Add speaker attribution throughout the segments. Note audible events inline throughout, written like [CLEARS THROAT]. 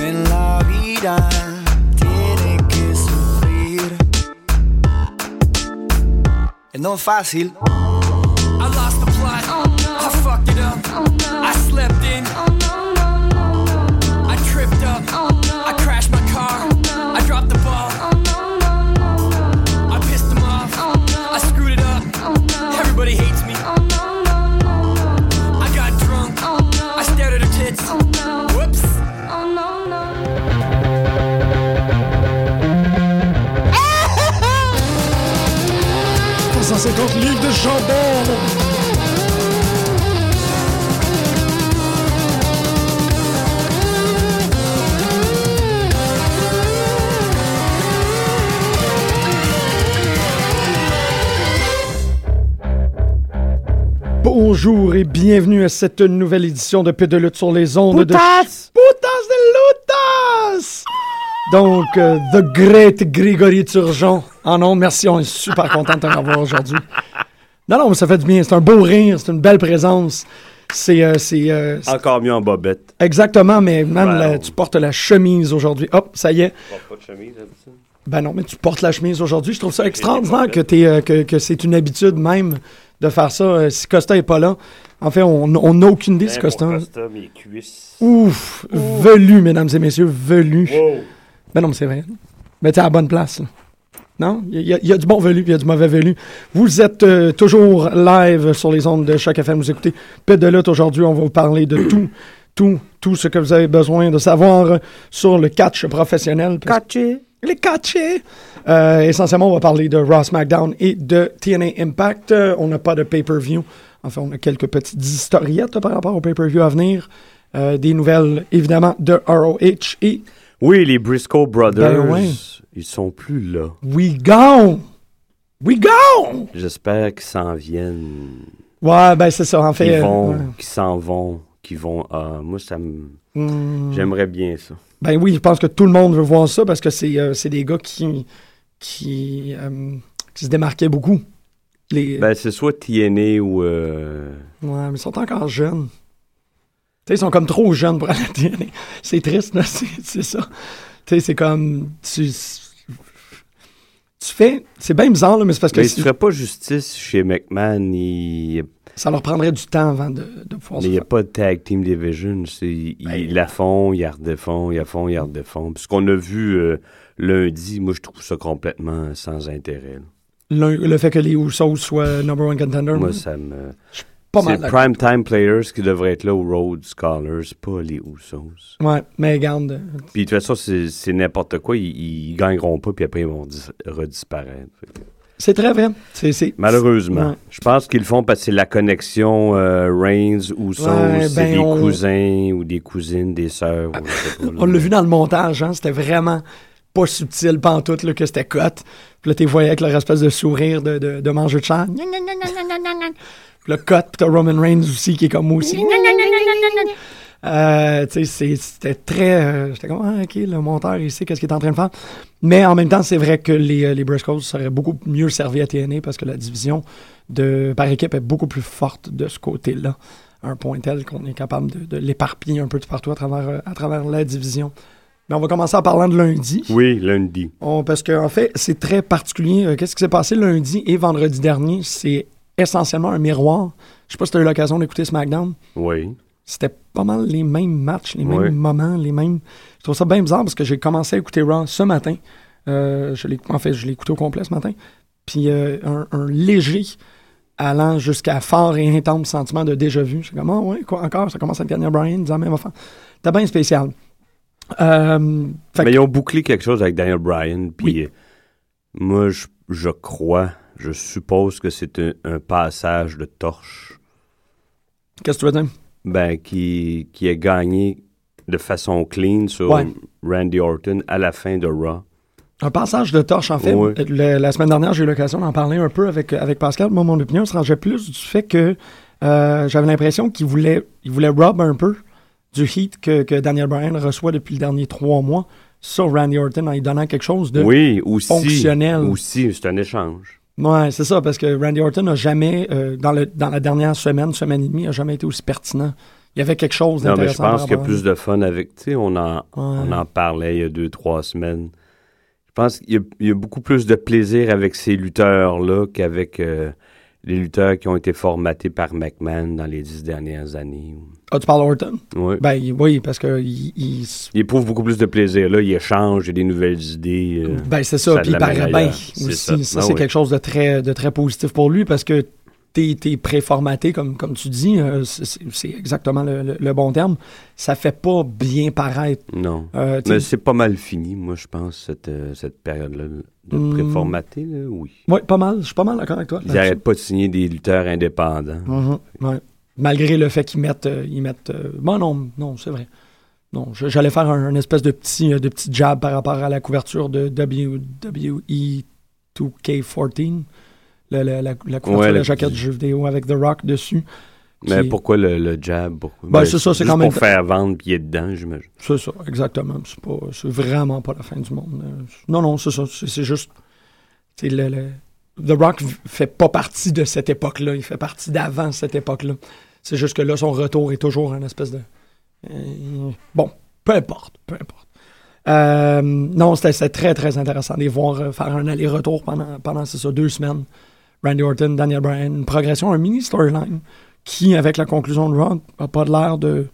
Speaker 1: en la vida tiene que sufrir. Es no fácil.
Speaker 2: I lost the plot. I fucked it up. I slept in. I tripped up. I crashed my car. I dropped the ball. I pissed them off. I screwed it up. Everybody hates me. I got drunk. I stared at her tits. Whoops.
Speaker 3: livres de chambon. Bonjour et bienvenue à cette nouvelle édition de Pédelote sur les ondes de...
Speaker 4: Poutas!
Speaker 3: Poutas de Loutas! Donc, euh, The Great Grégory Turgeon. Ah non, merci, on est super content de te revoir aujourd'hui. Non, non, mais ça fait du bien. C'est un beau rire, c'est une belle présence. C'est... euh, c'est, euh, c'est-
Speaker 5: Encore mieux en bobette.
Speaker 3: Exactement, mais man,
Speaker 5: Wow.
Speaker 3: la- tu portes la chemise aujourd'hui. Hop, ça y est.
Speaker 5: Pas de chemise, d'habitude.
Speaker 3: Ben non, mais tu portes la chemise aujourd'hui. Je trouve ça extraordinaire que, t'es, euh, que, que c'est une habitude même de faire ça. Euh, si Costa est pas là, en fait, on on n'a aucune idée si Costa...
Speaker 5: Costa, Ben, mes cuisses.
Speaker 3: Ouf, velu, mesdames et messieurs, velu.
Speaker 5: Wow.
Speaker 3: Ben non, mais c'est vrai. Mais t'es à la bonne place. là. Non? Il y, a- il y a du bon velu puis il y a du mauvais velu. Vous êtes euh, toujours live sur les ondes de chaque FM. Vous écoutez Pédelote aujourd'hui. On va vous parler de tout, [CLEARS THROAT] tout, tout ce que vous avez besoin de savoir euh, sur le catch professionnel. Parce-
Speaker 4: Catché.
Speaker 3: les catchés! Euh, essentiellement, on va parler de Raw SmackDown et de TNA Impact. Euh, on n'a pas de pay-per-view. Enfin, on a quelques petites historiettes par rapport au pay-per-view à venir. Euh, des nouvelles, évidemment, de ROH et
Speaker 5: Oui, les Briscoe Brothers,
Speaker 3: Ben ouais.
Speaker 5: ils sont plus là.
Speaker 3: We Gone! We Gone!
Speaker 5: J'espère qu'ils s'en viennent.
Speaker 3: Ouais, ben c'est ça, en fait.
Speaker 5: Qu'ils
Speaker 3: euh,
Speaker 5: vont,
Speaker 3: ouais.
Speaker 5: qu'ils s'en vont, qu'ils vont. ah, moi, ça me-
Speaker 3: Hmm.
Speaker 5: J'aimerais bien ça.
Speaker 3: Ben oui, je pense que tout le monde veut voir ça parce que c'est euh, c'est des gars qui, qui, euh, qui se démarquaient beaucoup. Les,
Speaker 5: Ben, c'est soit TNA ou. euh,
Speaker 3: Ouais, mais ils sont encore jeunes. Tu sais, ils sont comme trop jeunes pour aller à TNA. C'est triste, là, [LAUGHS] c'est c'est ça. Tu sais, c'est comme. Tu, tu fais. C'est bien bizarre, là, mais c'est parce que
Speaker 5: Mais
Speaker 3: si-
Speaker 5: tu ferais pas justice chez McMahon. Il
Speaker 3: ça leur prendrait du temps avant de, de pouvoir se Ben,
Speaker 5: n'y a
Speaker 3: faire.
Speaker 5: pas de tag team division. c'est- Ils ils la font, ils la redéfont, ils la font, ils la redéfont. Puis ce qu'on a vu euh, lundi, moi, je trouve ça complètement sans intérêt. là.
Speaker 3: Le, le fait que les Usos soient number one contender,
Speaker 5: Moi, ça me.
Speaker 3: pas
Speaker 5: C'est
Speaker 3: mal. d'accord.
Speaker 5: prime time players qui devraient être là aux Rhodes Scholars, pas les Usos.
Speaker 3: Ouais, mais regarde. euh,
Speaker 5: Puis de toute façon, c'est c'est n'importe quoi. Ils, ils gagneront pas, puis après, ils vont dis- redisparaître. Fait que-
Speaker 3: C'est très vrai. C'est- c'est-
Speaker 5: Malheureusement.
Speaker 3: Ouais.
Speaker 5: Je pense qu'ils le font parce que c'est la connexion euh, Reigns ou Usos,
Speaker 3: Ouais,
Speaker 5: c'est
Speaker 3: ben,
Speaker 5: des
Speaker 3: on-
Speaker 5: cousins ou des cousines, des sœurs. ou je sais pas, là.
Speaker 3: [LAUGHS] On l'a vu dans le montage, hein, c'était vraiment pas subtil, pas en tout, là, que c'était cote. Puis là, t'es voyais avec leur espèce de sourire de, de, de mangeur de chair. Gna, gna, gna, gna, gna, gna, gna. Puis le cote, puis t'as Roman Reigns aussi qui est comme moi aussi. Gna, gna, gna, gna, gna, gna. Euh, tu sais, c'est- c'était très. euh, J'étais comme, ah, ok, le monteur, il sait qu'est-ce qu'il est en train de faire. Mais en même temps, c'est vrai que les, euh, les Briscoes seraient beaucoup mieux servis à TNA parce que la division de, par équipe est beaucoup plus forte de ce côté-là. À un point tel qu'on est capable de, de l'éparpiller un peu de partout à travers, euh, à travers la division. Mais on va commencer en parlant de lundi.
Speaker 5: Oui, lundi.
Speaker 3: On- parce qu'en fait, c'est très particulier. Euh, Qu'est-ce qui s'est passé lundi et vendredi dernier? C'est essentiellement un miroir. Je sais pas si tu as eu l'occasion d'écouter SmackDown
Speaker 5: Oui.
Speaker 3: c'était pas mal les mêmes matchs, les mêmes
Speaker 5: Ouais.
Speaker 3: moments, les mêmes. Je trouve ça bien bizarre parce que j'ai commencé à écouter Raw ce matin. Euh, je l'ai, en fait, je l'ai écouté au complet ce matin. Puis euh, un, un léger allant jusqu'à fort et intense sentiment de déjà-vu. J'ai comme, ah ouais, quoi encore? Ça commence à être gagner Brian, disant, mais enfin, t'es bien spécial. Euh, fait que-
Speaker 5: Mais ils ont bouclé quelque chose avec Daniel Bryan. Puis
Speaker 3: Oui.
Speaker 5: euh, moi, je, je crois, je suppose que c'est un, un passage de torche
Speaker 3: qu'est-ce que tu veux dire?
Speaker 5: ben, qui, qui a gagné de façon clean sur
Speaker 3: Ouais.
Speaker 5: Randy Orton à la fin de Raw.
Speaker 3: Un passage de torche, en fait.
Speaker 5: Ouais.
Speaker 3: Le- la semaine dernière, j'ai eu l'occasion d'en parler un peu avec, euh, avec Pascal. Moi, mon opinion se rangeait plus du fait que euh, j'avais l'impression qu'il voulait, il voulait rob un peu du heat que, que Daniel Bryan reçoit depuis les derniers trois mois sur Randy Orton en lui donnant quelque chose de.
Speaker 5: oui, aussi.
Speaker 3: fonctionnel.
Speaker 5: Aussi, c'est un échange.
Speaker 3: Ouais, c'est ça, parce que Randy Orton n'a jamais, euh, dans, le, dans la dernière semaine, semaine et demie, n'a jamais été aussi pertinent il y avait quelque chose
Speaker 5: Non, mais je
Speaker 3: d'intéressant.
Speaker 5: pense qu'il y a
Speaker 3: là-bas.
Speaker 5: plus de fun avec. Tu sais, on, en- on en parlait il y a deux, trois semaines. Je pense qu'il y a- il y, a beaucoup plus de plaisir avec ces lutteurs-là qu'avec euh, les lutteurs qui ont été formatés par McMahon dans les dix dernières années.
Speaker 3: Ah, tu parles Orton?
Speaker 5: Ouais.
Speaker 3: Ben il- oui, parce que il- il s-
Speaker 5: Ils éprouvent beaucoup plus de plaisir. Là, ils échangent, il y a des nouvelles idées. euh.
Speaker 3: Ben, c'est ça,
Speaker 5: ça
Speaker 3: puis il
Speaker 5: l'amène
Speaker 3: paraît bien
Speaker 5: ailleurs.
Speaker 3: aussi.
Speaker 5: C'est
Speaker 3: Ça,
Speaker 5: ça. Ah
Speaker 3: c'est
Speaker 5: oui.
Speaker 3: quelque chose de très, de très positif pour lui parce que t'es es, préformaté, comme, comme tu dis, euh, c'est- c'est c'est exactement le, le- le bon terme. Ça fait pas bien paraître.
Speaker 5: Non.
Speaker 3: euh, t'sais,
Speaker 5: Mais c'est pas mal fini, moi, je pense, cette, euh, cette période-là de
Speaker 3: Hmm. Ben,
Speaker 5: préformater, là, oui.
Speaker 3: ouais, pas mal, je suis pas mal d'accord avec toi.
Speaker 5: Ils
Speaker 3: là-dessus.
Speaker 5: n'arrêtent pas de signer des lutteurs indépendants.
Speaker 3: Mhm, ouais. Malgré le fait qu'ils mettent. euh, ils mettent euh, bon, non, non, c'est vrai. Non, je- j'allais faire un, un espèce de petit, euh, de petit jab par rapport à la couverture de E WWE 2K14. Le- le- la, la couverture
Speaker 5: Ouais,
Speaker 3: de la
Speaker 5: le
Speaker 3: jaquette
Speaker 5: petit-
Speaker 3: du jeu vidéo avec The Rock dessus. qui
Speaker 5: Mais
Speaker 3: est-
Speaker 5: pourquoi le, le jab? Pourquoi?
Speaker 3: Ben, c'est ça, c'est
Speaker 5: juste
Speaker 3: quand même-
Speaker 5: pour faire vendre, puis il est dedans, j'imagine.
Speaker 3: C'est ça, exactement. C'est pas, c'est vraiment pas la fin du monde. Euh, Non, non, c'est ça. C'est, c'est juste, c'est le, le- The Rock v- fait pas partie de cette époque-là. Il fait partie d'avant cette époque-là. C'est juste que là, son retour est toujours un espèce de. Euh, Bon, peu importe, peu importe. Euh, non, c'était, c'était très, très intéressant de les voir euh, faire un aller-retour pendant, pendant c'est ça, deux semaines. Randy Orton, Daniel Bryan, une progression, un mini storyline qui, avec la conclusion de Raw, a pas de l'air de.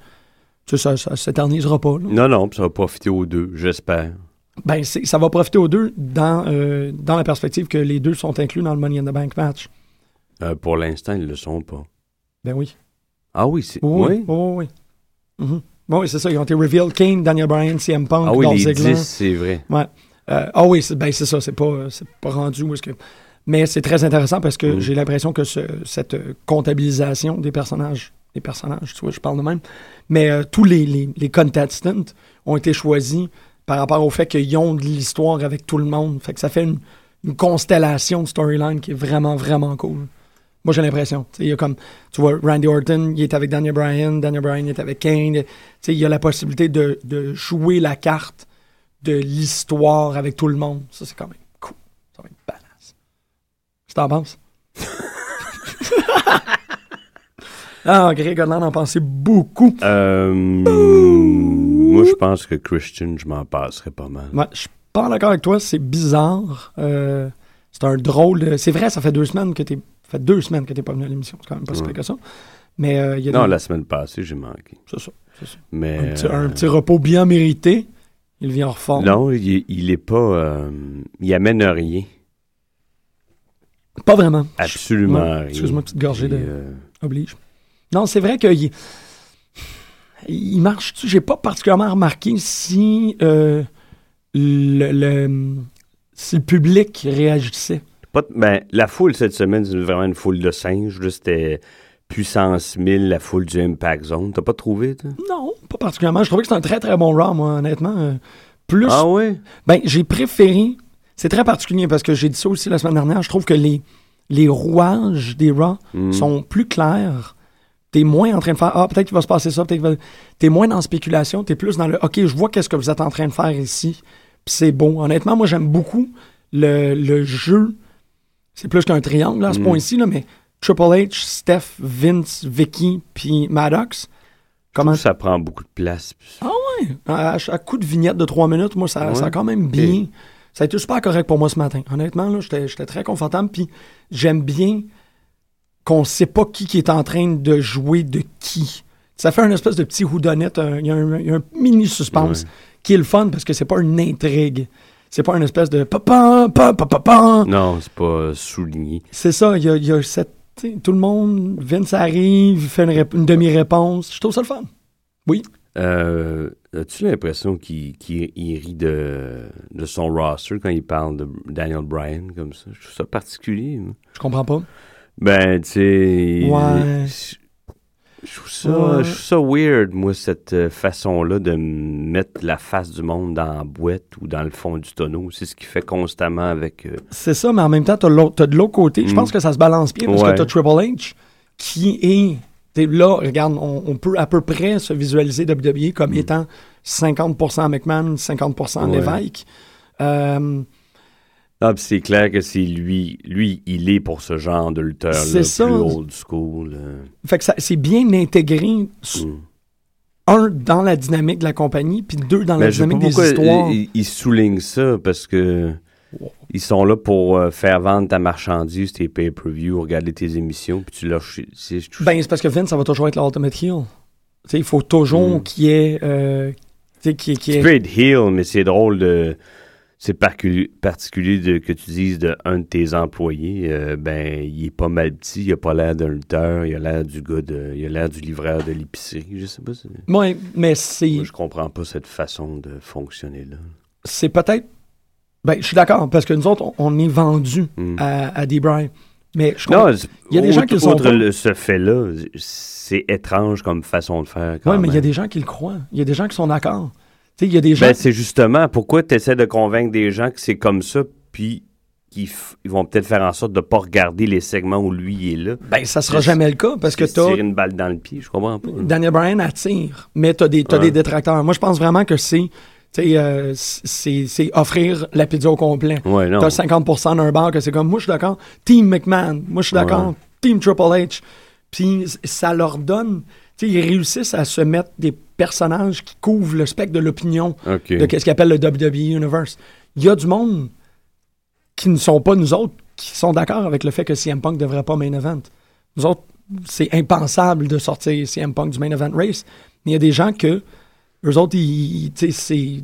Speaker 3: Tu sais, ça, ça s'éternisera pas. là.
Speaker 5: Non, non, puis ça va profiter aux deux, j'espère.
Speaker 3: Ben, c'est- ça va profiter aux deux dans, euh, dans la perspective que les deux sont inclus dans le Money in the Bank match.
Speaker 5: Euh, pour l'instant, ils le sont pas.
Speaker 3: Ben oui.
Speaker 5: Ah oui, c'est...
Speaker 3: Oui, oui,
Speaker 5: oui?
Speaker 3: oui. oui. Mhm. Bon, oui, c'est ça. Ils ont été revealed. Kane, Daniel Bryan, CM Punk,
Speaker 5: Ah oui,
Speaker 3: Dolph
Speaker 5: les
Speaker 3: Ziggler.
Speaker 5: 10, c'est vrai.
Speaker 3: Ouais. Euh, ah oui, c'est, ben c'est ça, c'est pas, euh, c'est pas rendu où est-ce que. Mais c'est très intéressant parce que
Speaker 5: Mm.
Speaker 3: j'ai l'impression que ce- cette euh, comptabilisation des personnages, des personnages, tu vois, je parle de même, mais euh, tous les, les, les contestants ont été choisis par rapport au fait qu'ils ont de l'histoire avec tout le monde. Fait que ça fait une, une constellation de storyline qui est vraiment, vraiment cool. Moi, j'ai l'impression. Tu sais, Il y a comme, tu vois, Randy Orton, il est avec Daniel Bryan, Daniel Bryan il est avec Kane. Tu sais, Il y a la possibilité de, de jouer la carte de l'histoire avec tout le monde. Ça, c'est quand même cool. Ça va être badass. Qu'est-ce que t'en
Speaker 5: [LAUGHS]
Speaker 3: penses? ah, Greg Holland en pensait beaucoup.
Speaker 5: Euh, moi, je pense que Christian, je m'en passerai pas mal.
Speaker 3: Ouais, je suis pas d'accord avec toi, c'est bizarre. Euh, c'est un drôle de... C'est vrai, ça fait deux semaines que t'es... ça fait deux semaines que t'es pas venu à l'émission, c'est quand même pas si pire que ça. Mais euh, il y a
Speaker 5: Non,
Speaker 3: des-
Speaker 5: la semaine passée, j'ai manqué.
Speaker 3: c'est ça, c'est ça.
Speaker 5: Mais,
Speaker 3: Un, petit,
Speaker 5: euh,
Speaker 3: un petit repos bien mérité. Il vient en reforme.
Speaker 5: Non, il, est- il est pas... euh, il amène rien.
Speaker 3: Pas vraiment.
Speaker 5: Absolument
Speaker 3: Ouais,
Speaker 5: rien.
Speaker 3: excuse-moi, petite gorgée
Speaker 5: Puis,
Speaker 3: de-
Speaker 5: euh,
Speaker 3: Oblige. Non, c'est vrai qu'il il marche dessus. J'ai pas particulièrement remarqué si euh, le, le- si le public réagissait.
Speaker 5: Pas t- ben, la foule cette semaine, c'est vraiment une foule de singes. là. C'était puissance 1000, la foule du Impact Zone. T'as pas trouvé, toi?
Speaker 3: Non, pas particulièrement. Je trouvais que c'était un très très bon round, moi, honnêtement. Euh, Plus
Speaker 5: Ah ouais?
Speaker 3: Ben, j'ai préféré. C'est très particulier parce que j'ai dit ça aussi la semaine dernière. Je trouve que les, les rouages des Raw sont plus clairs. T'es moins en train de faire Ah, peut-être qu'il va se passer ça, peut-être qu'il va. T'es moins dans la spéculation, t'es plus dans le OK, je vois qu'est-ce que vous êtes en train de faire ici. Puis c'est bon. Honnêtement, moi, j'aime beaucoup le, le jeu. C'est plus qu'un triangle là, à ce point-ci, là, mais Triple H, Steph, Vince, Vicky, puis Maddox. Comment
Speaker 5: Ça prend beaucoup de place. puis-
Speaker 3: ah ouais? À, à chaque coup de vignette de trois minutes, moi, ça,
Speaker 5: Ouais.
Speaker 3: ça a quand même bien. Ça a été super correct pour moi ce matin. Honnêtement, là, j'étais j'étais très confortable. Puis j'aime bien qu'on sait pas qui, qui est en train de jouer de qui. Ça fait un espèce de petit houdonnette, un- il y, a un- il y a un mini suspense qui est le fun parce que c'est pas une intrigue. C'est pas une espèce de pa pa pa pa pa pa.
Speaker 5: Non, c'est pas euh, souligné.
Speaker 3: C'est ça, il y a, il y a cette. tu sais, Tout le monde, Vince arrive, fait une, rép- une demi-réponse. Je trouve ça le fun. Oui.
Speaker 5: Euh, As-tu l'impression qu'il qu'il- il rit de, de son roster quand il parle de Daniel Bryan comme ça? Je trouve ça particulier. moi.
Speaker 3: Je comprends pas.
Speaker 5: Ben, tu sais. il-
Speaker 3: Ouais.
Speaker 5: Je je trouve ça,
Speaker 3: Ouais.
Speaker 5: je trouve ça weird, moi, cette euh, façon-là de mettre la face du monde dans la boîte ou dans le fond du tonneau. C'est ce qu'il fait constamment avec. euh,
Speaker 3: C'est ça, mais en même temps, t'as l'autre- t'as de l'autre côté. Je pense que ça se balance bien parce
Speaker 5: Mm. Ouais.
Speaker 3: que t'as Triple H qui est. t'es Là, regarde, on, on peut à peu près se visualiser WWE comme étant 50% McMahon, 50%
Speaker 5: Mm. Ouais.
Speaker 3: Lévesque. Euh,
Speaker 5: Ah, pis c'est clair que c'est lui. Lui, il est pour ce genre de lutteur-là.
Speaker 3: C'est ça.
Speaker 5: Plus old school. euh. Mm.
Speaker 3: fait que ça- c'est bien intégré s- un, dans la dynamique de la compagnie, puis deux, dans la
Speaker 5: Mais je sais pas
Speaker 3: dynamique des
Speaker 5: pourquoi
Speaker 3: histoires.
Speaker 5: euh, ils, ils soulignent ça parce que ils sont là pour euh, faire vendre ta marchandise, tes pay-per-view, regarder tes émissions, puis tu leur chi- c'est tout-
Speaker 3: Ben, c'est parce que Vince, ça va toujours être l'Ultimate Heel. Tu sais, il faut toujours
Speaker 5: Mm.
Speaker 3: qu'il y ait. euh, tu sais, qu'il y ait- qu'il y
Speaker 5: Tu
Speaker 3: ait-
Speaker 5: peux être heel, mais c'est drôle de. C'est parcu- particulier de, que tu dises de un de tes employés, euh, ben, il est pas mal petit, il a pas l'air d'un lutteur, il a l'air du gars de. Il a l'air du livreur de l'épicerie. Je sais pas. c'est-
Speaker 3: Ouais, mais c'est
Speaker 5: Moi, je comprends pas cette façon de fonctionner là.
Speaker 3: c'est peut-être. Ben, je suis d'accord, parce que nous autres, on, on est vendus
Speaker 5: Mm.
Speaker 3: à, à Dee Bryant. Mais je
Speaker 5: Non,
Speaker 3: comprends. il y a des gens qui le sont
Speaker 5: Outre
Speaker 3: pas.
Speaker 5: le- ce fait-là, c'est étrange comme façon de faire. quand
Speaker 3: Oui, mais il y a
Speaker 5: même.
Speaker 3: des gens qui le croient. Il y a des gens qui sont d'accord. Tu sais, il y a des gens.
Speaker 5: Ben, c'est justement pourquoi tu essaies de convaincre des gens que c'est comme ça, puis qu'ils f- ils vont peut-être faire en sorte de pas regarder les segments où lui il est là.
Speaker 3: ben, ça sera
Speaker 5: c'est-
Speaker 3: jamais le cas, parce que
Speaker 5: C'est se tirer
Speaker 3: t'as.
Speaker 5: une balle dans le pied, je comprends pas.
Speaker 3: Daniel Bryan attire, mais t'as des, t'as
Speaker 5: Ouais.
Speaker 3: des détracteurs. Moi, je pense vraiment que c'est. Tu sais, euh, c'est c'est offrir la pizza au complet.
Speaker 5: Ouais, Ben non.
Speaker 3: T'as 50% d'un bar que c'est comme, moi je suis d'accord, Team McMahon, moi je suis d'accord,
Speaker 5: Ouais.
Speaker 3: Team Triple H. Puis c- ça leur donne, tu sais, ils réussissent à se mettre des personnages qui couvrent le spectre de l'opinion
Speaker 5: OK.
Speaker 3: de ce qu'ils appellent le WWE Universe. Il y a du monde qui ne sont pas nous autres, qui sont d'accord avec le fait que CM Punk ne devrait pas main event. Nous autres, c'est impensable de sortir CM Punk du main event race. Mais il y a des gens que, eux autres, ils, ils- tu sais, c'est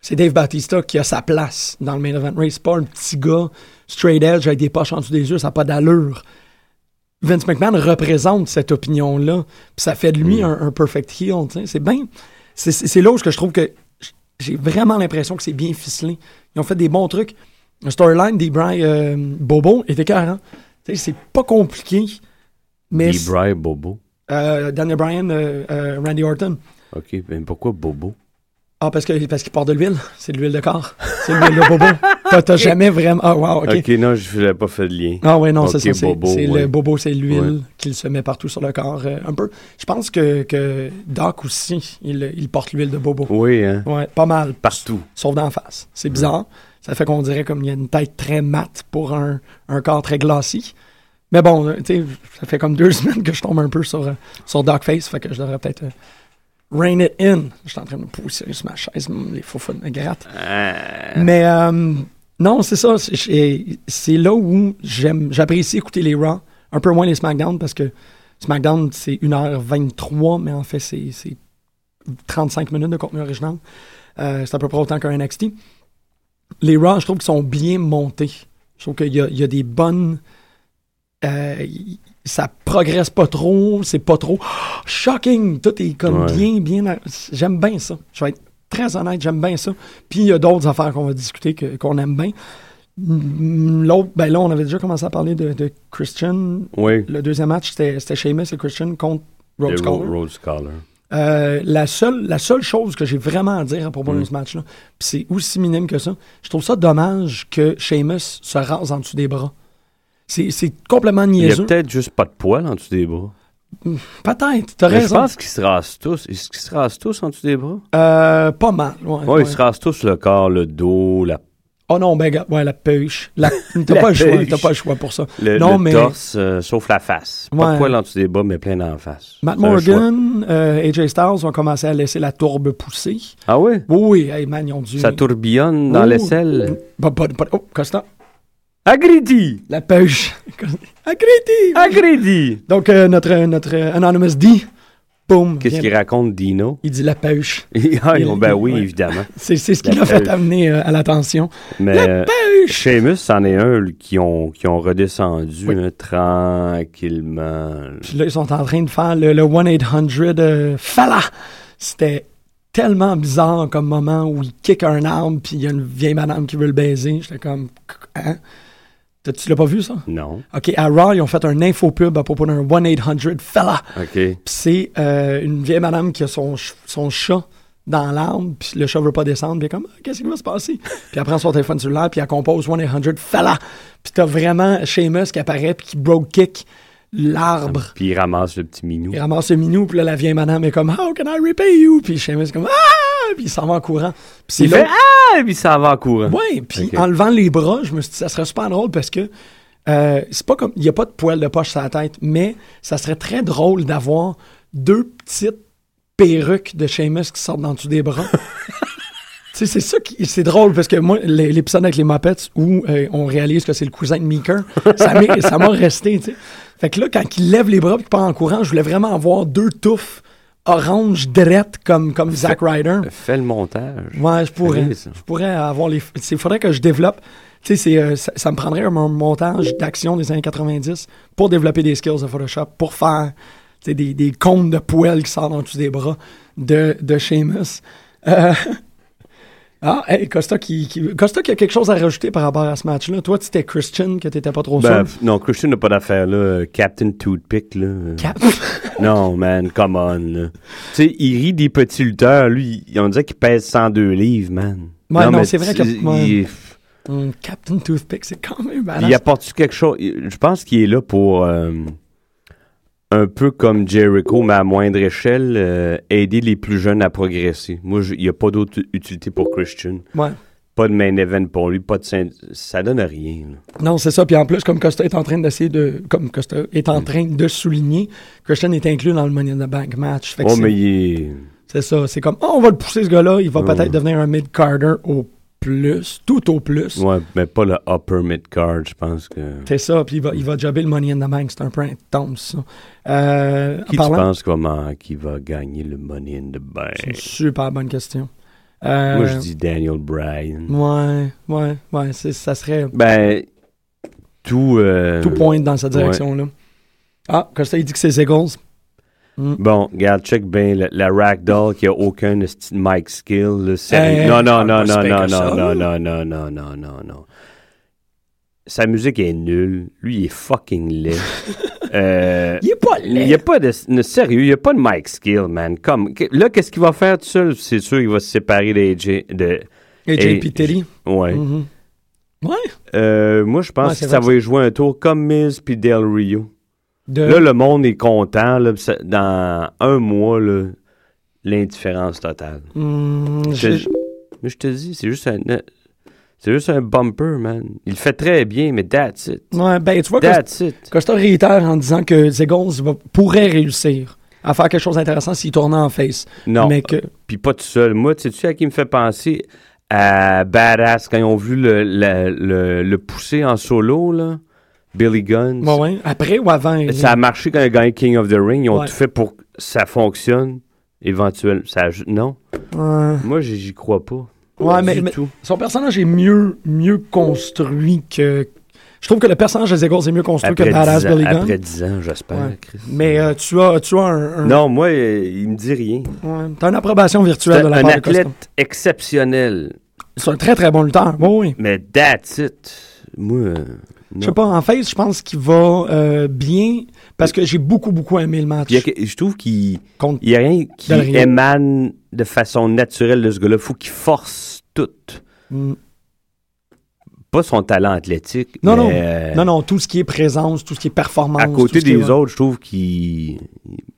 Speaker 3: c'est Dave Bautista qui a sa place dans le main event race. Pas un petit gars straight edge avec des poches en dessous des yeux, ça n'a pas d'allure. Vince McMahon représente cette opinion-là. Puis ça fait de lui un, un perfect heel. tu sais. C'est bien. C'est- C'est c'est là où je- que je trouve que j- j'ai vraiment l'impression que c'est bien ficelé. Ils ont fait des bons trucs. Le storyline des Brian euh, Bobo était carré. C'est pas compliqué. Mais
Speaker 5: Dee Bry, Bobo.
Speaker 3: euh, Daniel Bryan, euh, euh, Randy Orton.
Speaker 5: OK, mais pourquoi Bobo?
Speaker 3: Ah, parce que parce qu'il part de l'huile. C'est de l'huile de corps. C'est de l'huile de bobo. T'as t'as jamais vraiment. Ah, wow,
Speaker 5: OK,
Speaker 3: ok.
Speaker 5: non, je n'avais pas fait de lien.
Speaker 3: Ah ouais non,
Speaker 5: Ok,
Speaker 3: c'est ça. C'est
Speaker 5: bobo,
Speaker 3: c'est
Speaker 5: ouais.
Speaker 3: le bobo, c'est l'huile
Speaker 5: Ouais.
Speaker 3: qu'il se met partout sur le corps. euh, un peu. Je pense que, que Doc aussi, il, il porte l'huile de bobo.
Speaker 5: Oui, hein?
Speaker 3: Ouais, pas mal.
Speaker 5: Partout.
Speaker 3: Sauf d'en face. C'est bizarre. Ça fait qu'on dirait comme il y a une tête très mate pour un, un corps très glacis. Mais bon, euh, tu sais, ça fait comme deux [LAUGHS] semaines que je tombe un peu sur, euh, sur Dark Face, fait que je devrais peut-être euh, rein it in. Je suis en train de me pousser sur ma chaise, mm, les faux me grattent. Mais euh, non, c'est ça. c'est- j'ai- C'est là où j'aime, j'apprécie écouter les Raw, un peu moins les SmackDown, parce que SmackDown, c'est 1h23, mais en fait, c'est c'est 35 minutes de contenu original. Euh, c'est à peu près autant qu'un NXT. Les Raw, je trouve qu'ils sont bien montés. Je trouve qu'il y, a- il y a des bonnes. euh, y- ça progresse pas trop, c'est pas trop Oh, shocking. Tout est comme
Speaker 5: Ouais.
Speaker 3: bien, bien. J'aime bien ça. Je vais être très honnête, j'aime bien ça. Puis il y a d'autres affaires qu'on va discuter que- qu'on aime bien. Mm, L'autre, ben là, on avait déjà commencé à parler de, de Christian.
Speaker 5: Oui.
Speaker 3: Le deuxième match, c'était c'était Sheamus et Christian contre Road
Speaker 5: Le Ro-
Speaker 3: Scholar.
Speaker 5: Rhodes Scholar.
Speaker 3: Euh, la, seule, la seule chose que j'ai vraiment à dire à propos
Speaker 5: Mm.
Speaker 3: de ce match-là, puis c'est aussi minime que ça, je trouve ça dommage que Sheamus se rase en dessous des bras. C'est c'est complètement
Speaker 5: Il y a
Speaker 3: niaiseux.
Speaker 5: peut-être juste pas de poils en dessous des bras.
Speaker 3: Peut-être, t'as
Speaker 5: Mais je
Speaker 3: raison.
Speaker 5: pense qu'ils se rasent tous. Est-ce qu'ils se rasent tous en dessous des bras?
Speaker 3: Euh, pas mal. Ouais,
Speaker 5: Oui,
Speaker 3: ouais.
Speaker 5: ils se rasent tous le corps, le dos, la-
Speaker 3: Oh non, ben, gars, ouais, la pêche. La... T'as
Speaker 5: [LAUGHS] La
Speaker 3: pas le choix,
Speaker 5: pêche.
Speaker 3: t'as pas le choix pour ça.
Speaker 5: le,
Speaker 3: non,
Speaker 5: le
Speaker 3: mais
Speaker 5: torse, euh, sauf la face. Pas
Speaker 3: Ouais.
Speaker 5: de poils en dessous des bras, mais plein d'en face.
Speaker 3: Matt
Speaker 5: C'est un choix.
Speaker 3: Morgan, euh, AJ Styles ont commencé à laisser la tourbe pousser.
Speaker 5: Ah oui?
Speaker 3: Oui, oui, hey, man, ils ont dû.
Speaker 5: Ça tourbillonne dans
Speaker 3: Oh.
Speaker 5: l'aisselle.
Speaker 3: Pas- pas- pas- Oh, Costa,
Speaker 5: Agridi!
Speaker 3: la [LAUGHS] pêche. Agréti!
Speaker 5: Agridi!
Speaker 3: Donc, euh, notre, notre euh, Anonymous dit, boum,
Speaker 5: Qu'est-ce
Speaker 3: vient-
Speaker 5: qu'il raconte, Dino?
Speaker 3: il dit la pêche.
Speaker 5: [LAUGHS] Ah, ils ont- ben
Speaker 3: Il-
Speaker 5: oui,
Speaker 3: ouais.
Speaker 5: évidemment.
Speaker 3: C'est c'est ce
Speaker 5: La
Speaker 3: qui l'a fait
Speaker 5: pêche.
Speaker 3: amener euh, à l'attention.
Speaker 5: Mais euh,
Speaker 3: Pêche!
Speaker 5: Seamus, c'en est un lui, qui ont, qui ont redescendu
Speaker 3: Oui.
Speaker 5: hein, tranquillement.
Speaker 3: Puis là, ils sont en train de faire le, le 1-800 euh, Fala. C'était tellement bizarre comme moment où il kick un arbre, puis il y a une vieille madame qui veut le baiser. J'étais comme, hein? T'as- Tu l'as pas vu, ça?
Speaker 5: Non.
Speaker 3: OK, à Raw, ils ont fait un infopub à propos d'un 1-800 Fala.
Speaker 5: OK.
Speaker 3: Puis c'est euh, une vieille madame qui a son, ch- son chat dans l'arbre, puis le chat veut pas descendre, puis elle est comme Ah, qu'est-ce qui va se
Speaker 5: [LAUGHS]
Speaker 3: passer Puis elle prend son téléphone cellulaire, puis elle compose 1-800 Fala. Puis t'as vraiment Seamus qui apparaît, puis qui broke kick l'arbre.
Speaker 5: Puis il ramasse le petit minou.
Speaker 3: Il ramasse le minou, puis là, la vieille madame est comme How can I repay you Puis Seamus est comme Ah Puis il s'en va en courant. Puis c'est
Speaker 5: Il
Speaker 3: là.
Speaker 5: fait Ah! Puis ça va en courant.
Speaker 3: Ouais, puis
Speaker 5: Ok.
Speaker 3: en levant les bras, je me suis dit, ça serait super drôle parce que euh, c'est pas comme. Il n'y a pas de poil de poche sur la tête, mais ça serait très drôle d'avoir deux petites perruques de Seamus qui sortent dans dessous des bras. Tu sais, c'est ça qui. C'est drôle parce que moi, l'é- l'épisode avec les Muppets où euh, on réalise que c'est le cousin de Meeker, ça m'est- ça m'a resté, tu sais. Fait que là, quand il lève les bras et qu'il part en courant, je voulais vraiment avoir deux touffes orange drettes comme, comme Zack Ryder.
Speaker 5: Fais le montage.
Speaker 3: Ouais, je pourrais.
Speaker 5: Allez, ça.
Speaker 3: Je pourrais avoir les. Il faudrait que je développe. Tu sais, c'est, euh, ça, ça me prendrait un mon- montage d'action des années 90 pour développer des skills de Photoshop, pour faire tu sais, des, des comptes de poêle qui sortent en dessous des bras de, de Seamus. Euh, [LAUGHS] Ah, hey, Costa qui, qui- Costa qui a quelque chose à rajouter par rapport à ce match-là. Toi, tu étais Christian, que t'étais pas trop
Speaker 5: Ben,
Speaker 3: sûr.
Speaker 5: f- non, Christian n'a pas d'affaire, là. Euh, Captain Toothpick, là. Euh, [LAUGHS]
Speaker 3: Cap-
Speaker 5: Non, man, come on, là. Tu sais, il rit des petits lutteurs, lui. il- On dirait qu'il pèse 102 livres, man.
Speaker 3: Ouais, non,
Speaker 5: mais
Speaker 3: c'est vrai
Speaker 5: tu-
Speaker 3: que- ouais.
Speaker 5: il- pff,
Speaker 3: Hum, Captain Toothpick, c'est quand même
Speaker 5: Il
Speaker 3: badass.
Speaker 5: apporte-tu quelque chose? Il- Je pense qu'il est là pour, euh, un peu comme Jericho, mais à moindre échelle, euh, aider les plus jeunes à progresser. Moi, je- il n'y a pas d'autre utilité pour Christian.
Speaker 3: Ouais.
Speaker 5: Pas de main event pour lui, pas de... scène- Ça donne rien, là.
Speaker 3: Non, c'est ça. Puis en plus, comme Costa est en train d'essayer de, comme Costa est
Speaker 5: Mm.
Speaker 3: en train de souligner, Christian est inclus dans le Money in the Bank match. Fait que
Speaker 5: Oh,
Speaker 3: c'est-
Speaker 5: mais il est...
Speaker 3: c'est ça. C'est comme, oh, on va le pousser ce gars-là. Il va
Speaker 5: Mm.
Speaker 3: peut-être devenir un mid carder au plus, tout au plus.
Speaker 5: Ouais, mais pas le upper mid-card, je pense que...
Speaker 3: C'est ça. Puis il va, il va jobber le Money in the Bank. C'est un peu intense. Ça. Euh,
Speaker 5: Qui
Speaker 3: en
Speaker 5: tu
Speaker 3: parlant,
Speaker 5: penses comment, qui va gagner le Money in the Bank?
Speaker 3: c'est une super bonne question. Euh,
Speaker 5: Moi, je dis Daniel Bryan.
Speaker 3: Ouais, ouais, ouais. c'est- Ça serait
Speaker 5: Ben, tout... euh,
Speaker 3: tout pointe dans cette
Speaker 5: ouais.
Speaker 3: direction-là. Ah, Costa, il dit que c'est Zegles.
Speaker 5: Bon, regarde, check bien la, la Ragdoll qui a aucun esti de mic skill. là, sérieux.
Speaker 3: Hey,
Speaker 5: non, non,
Speaker 3: on
Speaker 5: non,
Speaker 3: va se
Speaker 5: non, non,
Speaker 3: faire ça.
Speaker 5: non, non, non, non, non, non, non, non. Sa musique est nulle. Lui, il est fucking laid.
Speaker 3: [LAUGHS]
Speaker 5: euh,
Speaker 3: Il est pas
Speaker 5: Il
Speaker 3: laid.
Speaker 5: n'y a pas de, de sérieux, il n'y a pas de Mike Skill, man. Comme, que- là, qu'est-ce qu'il va faire tout seul? C'est sûr qu'il va se séparer d'AJ. De,
Speaker 3: Et
Speaker 5: Et-
Speaker 3: JP Terry.
Speaker 5: ouais.
Speaker 3: Mhm. Ouais.
Speaker 5: Euh, moi, je pense
Speaker 3: Ouais, c'est
Speaker 5: que ça
Speaker 3: vrai
Speaker 5: va y jouer un tour comme Miz puis Del Rio.
Speaker 3: De...
Speaker 5: Là, le monde est content. là, pis ça- dans un mois, là, l'indifférence totale.
Speaker 3: Hmm,
Speaker 5: Je,
Speaker 3: j'ai-
Speaker 5: je- mais je te dis, c'est juste un... C'est juste un bumper, man. Il le fait très bien, mais that's it.
Speaker 3: Ouais, ben, tu vois, Costa,
Speaker 5: That's it.
Speaker 3: Costa réitère en disant que Zegons va- pourrait réussir à faire quelque chose d'intéressant s'il tournait en face.
Speaker 5: Non. Euh,
Speaker 3: Mais que.
Speaker 5: puis pas tout seul. Moi, tu sais, à qui me fait penser à Badass quand ils ont vu le, le, le- le pousser en solo, là, Billy Gunn.
Speaker 3: Ouais, ouais. Après ou avant. il-
Speaker 5: Ça a marché quand ils ont gagné King of the Ring. Ils ont
Speaker 3: Ouais.
Speaker 5: tout fait pour que ça fonctionne. Éventuellement, ça a ju- non.
Speaker 3: Ouais.
Speaker 5: Moi, j'y j'y crois pas.
Speaker 3: Ouais,
Speaker 5: Du
Speaker 3: mais- mais-
Speaker 5: tout.
Speaker 3: Son personnage est mieux, mieux construit que. Je trouve que le personnage de Zegons est mieux construit
Speaker 5: Après,
Speaker 3: que
Speaker 5: 10
Speaker 3: Badass
Speaker 5: ans,
Speaker 3: Billy Gunn.
Speaker 5: après 10 ans, j'espère.
Speaker 3: Ouais.
Speaker 5: Chris.
Speaker 3: Mais euh, tu as, tu as un. un-
Speaker 5: Non, moi, euh, il me dit rien.
Speaker 3: ouais, T'as une approbation
Speaker 5: C'est
Speaker 3: virtuelle de
Speaker 5: un
Speaker 3: la part de Costa.
Speaker 5: athlète exceptionnel.
Speaker 3: C'est un très très bon lutteur. Oui, oui.
Speaker 5: Mais that's it. Moi, euh, non.
Speaker 3: Je sais pas, en face, je pense qu'il va euh, bien parce que j'ai beaucoup beaucoup aimé le match.
Speaker 5: Puis il y a que- je trouve qu'il...
Speaker 3: Contre-
Speaker 5: Il n'y a rien qui
Speaker 3: Del Rio.
Speaker 5: émane de façon naturelle de ce gars-là. faut qu'il force tout.
Speaker 3: Hmm.
Speaker 5: Pas son talent athlétique.
Speaker 3: Non,
Speaker 5: mais, euh,
Speaker 3: Non, non, tout ce qui est présence, tout ce qui est performance.
Speaker 5: À côté
Speaker 3: tout ce qui
Speaker 5: des
Speaker 3: est-
Speaker 5: autres, je trouve qu'il.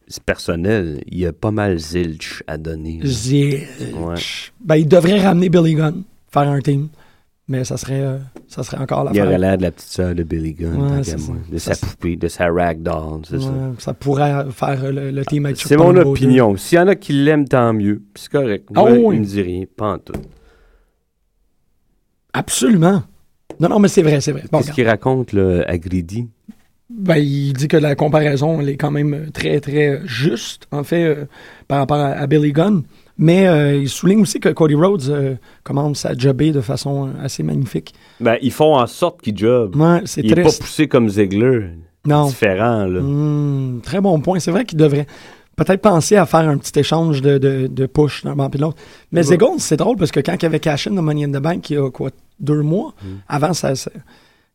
Speaker 5: C'est personnel. Il y a pas mal zilch à donner.
Speaker 3: Zilch.
Speaker 5: Ouais.
Speaker 3: Ben, il devrait ramener Billy Gunn, faire un team. Mais ça serait, euh, ça serait encore la
Speaker 5: Il aurait
Speaker 3: fin.
Speaker 5: l'air de la petite sœur de Billy Gunn,
Speaker 3: Ouais,
Speaker 5: tant
Speaker 3: c'est
Speaker 5: qu'à
Speaker 3: ça.
Speaker 5: moi. De
Speaker 3: Ça,
Speaker 5: sa
Speaker 3: c'est-
Speaker 5: poupée, de sa ragdoll, c'est ça.
Speaker 3: Ouais, ça pourrait faire euh, le, le team avec
Speaker 5: C'est
Speaker 3: Chuck
Speaker 5: mon
Speaker 3: Palumbo deux.
Speaker 5: opinion. S'il y en a qui l'aiment, tant mieux. C'est correct.
Speaker 3: Ah
Speaker 5: Moi,
Speaker 3: oui.
Speaker 5: Il me dit rien. Pas en tout.
Speaker 3: Absolument. Non, non, mais c'est vrai, c'est vrai. Bon,
Speaker 5: Qu'est-ce qu'il raconte, là, à Greedy?
Speaker 3: Ben, il dit que la comparaison, elle est quand même euh, très, très juste, en fait, euh, par rapport à, à Billy Gunn. Mais euh, il souligne aussi que Cody Rhodes euh, commence à jobber de façon euh, assez magnifique.
Speaker 5: Ben, ils font en sorte qu'il job.
Speaker 3: Ouais, c'est
Speaker 5: il est pas
Speaker 3: triste.
Speaker 5: poussé comme Ziegler.
Speaker 3: non.
Speaker 5: Différent, là.
Speaker 3: Hmm, très bon point. C'est vrai qu'il devrait peut-être penser à faire un petit échange de, de, de push d'un banc puis de l'autre. Mais Zegons, c'est drôle parce que quand il avait caché dans Money in the Bank il y a quoi, deux mois,
Speaker 5: Mm.
Speaker 3: avant, sa, sa-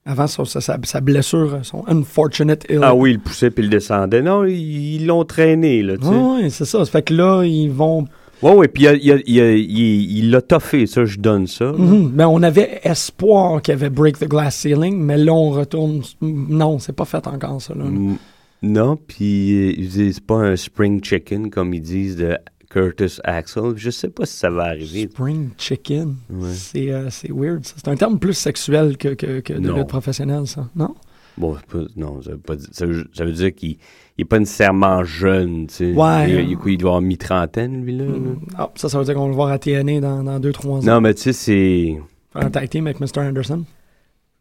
Speaker 3: avant son- sa, sa- sa blessure, son unfortunate illness.
Speaker 5: Ah oui, il poussait puis il descendait. Non, ils ils l'ont traîné, là, tu sais.
Speaker 3: Ouais, ouais, c'est ça. Ça fait que là, ils vont.
Speaker 5: Ouais, ouais, puis il a- il a- il a- il- il l'a toffé, ça, je donne ça.
Speaker 3: Mhm. Ben, on avait espoir qu'il y avait break the glass ceiling, mais là, on retourne. Non, c'est pas fait encore, ça. là.
Speaker 5: Mm, Non, puis euh, il disait, c'est pas un spring chicken, comme ils disent, de Curtis Axel. Je sais pas si ça va arriver.
Speaker 3: Spring chicken.
Speaker 5: Ouais.
Speaker 3: C'est euh, c'est weird, ça. C'est un terme plus sexuel que, que, que de
Speaker 5: Non.
Speaker 3: lutte professionnelle, ça. Non?
Speaker 5: Bon, c'est pas- non, ça veut, pas dire- ça veut- ça veut dire qu'il n'est pas nécessairement jeune, tu sais.
Speaker 3: Ouais.
Speaker 5: Il, il- quoi, il doit avoir mi-trentaine, lui-là. là.
Speaker 3: Ah, ça, ça veut dire qu'on va le voir à TNA dans, dans 2-3 ans.
Speaker 5: Non, mais tu sais, c'est... euh,
Speaker 3: Faire un tag team avec Mr. Anderson.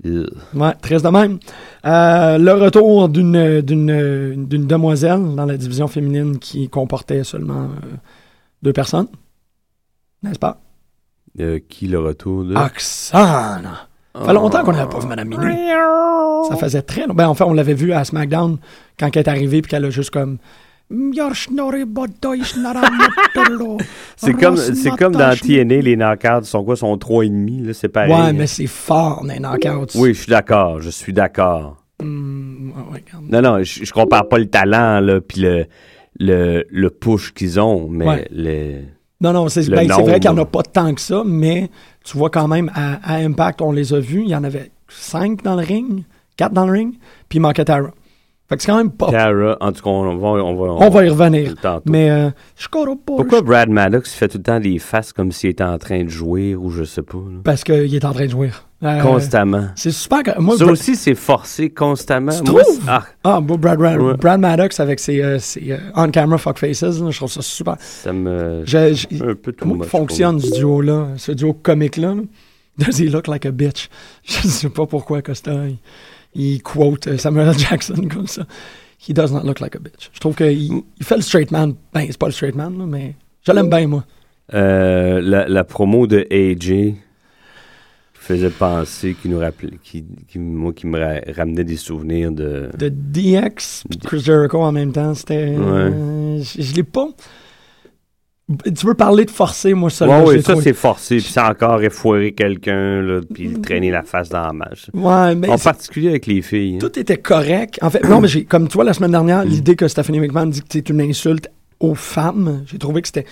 Speaker 5: Ugh.
Speaker 3: Ouais, triste de même. Euh, le retour d'une d'une d'une demoiselle dans la division féminine qui comportait seulement euh, deux personnes. N'est-ce pas?
Speaker 5: Euh, qui le retour
Speaker 3: Ah,
Speaker 5: de...
Speaker 3: Oksana! Ça fait longtemps qu'on n'avait pas vu Madame Minuit.
Speaker 5: Oh.
Speaker 3: Ça faisait très longtemps. Ben, en fait, on l'avait vu à SmackDown quand elle est arrivée puis qu'elle a juste
Speaker 5: [LAUGHS]
Speaker 3: comme.
Speaker 5: C'est
Speaker 3: C'est
Speaker 5: comme, c'est comme dans TNA, les knockouts sont quoi? sont 3,5, là, c'est pareil.
Speaker 3: Ouais, mais c'est fort, les knockouts.
Speaker 5: Oui, je suis d'accord, je suis d'accord.
Speaker 3: Hum, ouais, ouais, regarde.
Speaker 5: Non, non, je, je compare pas le talent, là, puis le, le, le push qu'ils ont, mais
Speaker 3: Ouais.
Speaker 5: les...
Speaker 3: Non, non, c'est
Speaker 5: Le
Speaker 3: ben, c'est
Speaker 5: nombre.
Speaker 3: vrai qu'il n'y en a pas tant que ça, mais tu vois quand même, à, à Impact, on les a vus. Il y en avait cinq dans le ring, quatre dans le ring, puis il manquait Tara. Fait que c'est quand même pas.
Speaker 5: Tara, en tout cas, on va... On va,
Speaker 3: Oh. On va y revenir.
Speaker 5: Tantôt.
Speaker 3: Mais euh, je cours pas.
Speaker 5: Pourquoi Brad Maddox fait tout le temps des faces comme s'il était en train de jouer ou je sais pas, là?
Speaker 3: Parce qu'il est en train de jouer. Euh,
Speaker 5: Constamment.
Speaker 3: C'est super. que- Moi,
Speaker 5: Ça
Speaker 3: Bra-
Speaker 5: aussi, c'est forcé constamment.
Speaker 3: Tu
Speaker 5: Moi,
Speaker 3: trouves?
Speaker 5: c'est- ah,
Speaker 3: Ah, bon, Brad, Brad,
Speaker 5: Ouais.
Speaker 3: Brad Maddox avec ses, euh, ses, euh, on-camera fuck faces, là, je trouve ça super.
Speaker 5: ça me...
Speaker 3: Je, je-
Speaker 5: Un peu tout
Speaker 3: comment il fonctionne ce duo-là, ce duo comique-là? [LAUGHS] là? Does he look like a bitch? [LAUGHS] Je sais pas pourquoi Costa, il, il quote euh, Samuel L. Jackson [LAUGHS] comme ça. He does not look like a bitch. Je trouve qu'il il fait le straight man. Ben, c'est pas le straight man, là, mais je l'aime bien, moi.
Speaker 5: Euh, la, la promo de AJ faisait penser, qui nous rappelait, qui, qui- moi, qui me ra- ramenait des souvenirs de.
Speaker 3: De DX pis de Chris Jericho en même temps, c'était... euh, je je l'ai pas... Tu veux parler de forcer, moi,
Speaker 5: Ouais,
Speaker 3: seulement.
Speaker 5: ouais, ça c'est forcé, puis c'est encore effoirer quelqu'un, là, puis le traîner la face dans la match.
Speaker 3: Ouais, mais
Speaker 5: en
Speaker 3: c'est-
Speaker 5: particulier avec les filles. hein.
Speaker 3: tout était correct. En fait, non, mais j'ai, comme tu vois, la semaine
Speaker 5: Mm.
Speaker 3: dernière, l'idée que Stephanie McMahon dit que c'est une insulte aux femmes, j'ai trouvé que c'était.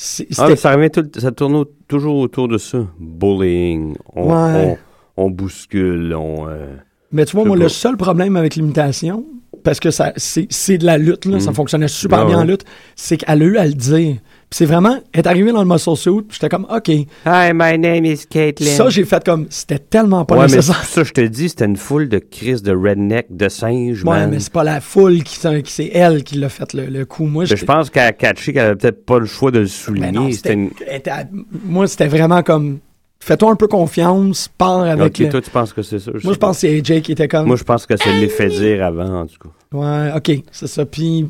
Speaker 3: c'est-
Speaker 5: Ah, mais
Speaker 3: c'était-
Speaker 5: ça revient tout- ça tourne au- toujours autour de ça. Bullying. On,
Speaker 3: Ouais.
Speaker 5: on- on bouscule, on. euh,
Speaker 3: mais tu vois,
Speaker 5: je
Speaker 3: moi,
Speaker 5: sais
Speaker 3: le
Speaker 5: pas.
Speaker 3: seul problème avec l'imitation, parce que ça, c'est, c'est de la lutte, là, ça fonctionnait super
Speaker 5: Ah
Speaker 3: bien en
Speaker 5: ouais.
Speaker 3: lutte, c'est qu'elle a eu à le dire. Puis c'est vraiment, elle est arrivée dans le muscle suit, puis j'étais comme, OK.
Speaker 5: Hi, my name is Caitlin.
Speaker 3: Ça, j'ai fait comme, c'était tellement pas
Speaker 5: ouais, mais
Speaker 3: nécessaire.
Speaker 5: ça, je te dis, c'était une foule de crises de redneck, de singes,
Speaker 3: Ouais,
Speaker 5: man.
Speaker 3: mais c'est pas la foule qui, s'en- qui- c'est elle qui l'a fait le, le coup. Moi,
Speaker 5: Mais
Speaker 3: j'étais-
Speaker 5: Ben, je pense qu'elle a catché qu'elle avait peut-être pas le choix de le
Speaker 3: Mais non,
Speaker 5: souligner. Ben C'était
Speaker 3: c'était-
Speaker 5: une...
Speaker 3: elle était à- moi, c'était vraiment comme, fais-toi un peu confiance, pars avec
Speaker 5: Ok,
Speaker 3: le-
Speaker 5: toi, tu penses que c'est ça? je
Speaker 3: Moi,
Speaker 5: sais
Speaker 3: je pense que c'est AJ qui était
Speaker 5: pas.
Speaker 3: comme.
Speaker 5: Moi, je pense que c'est l'effet dire avant, en tout cas.
Speaker 3: Ouais, ok, c'est ça. Puis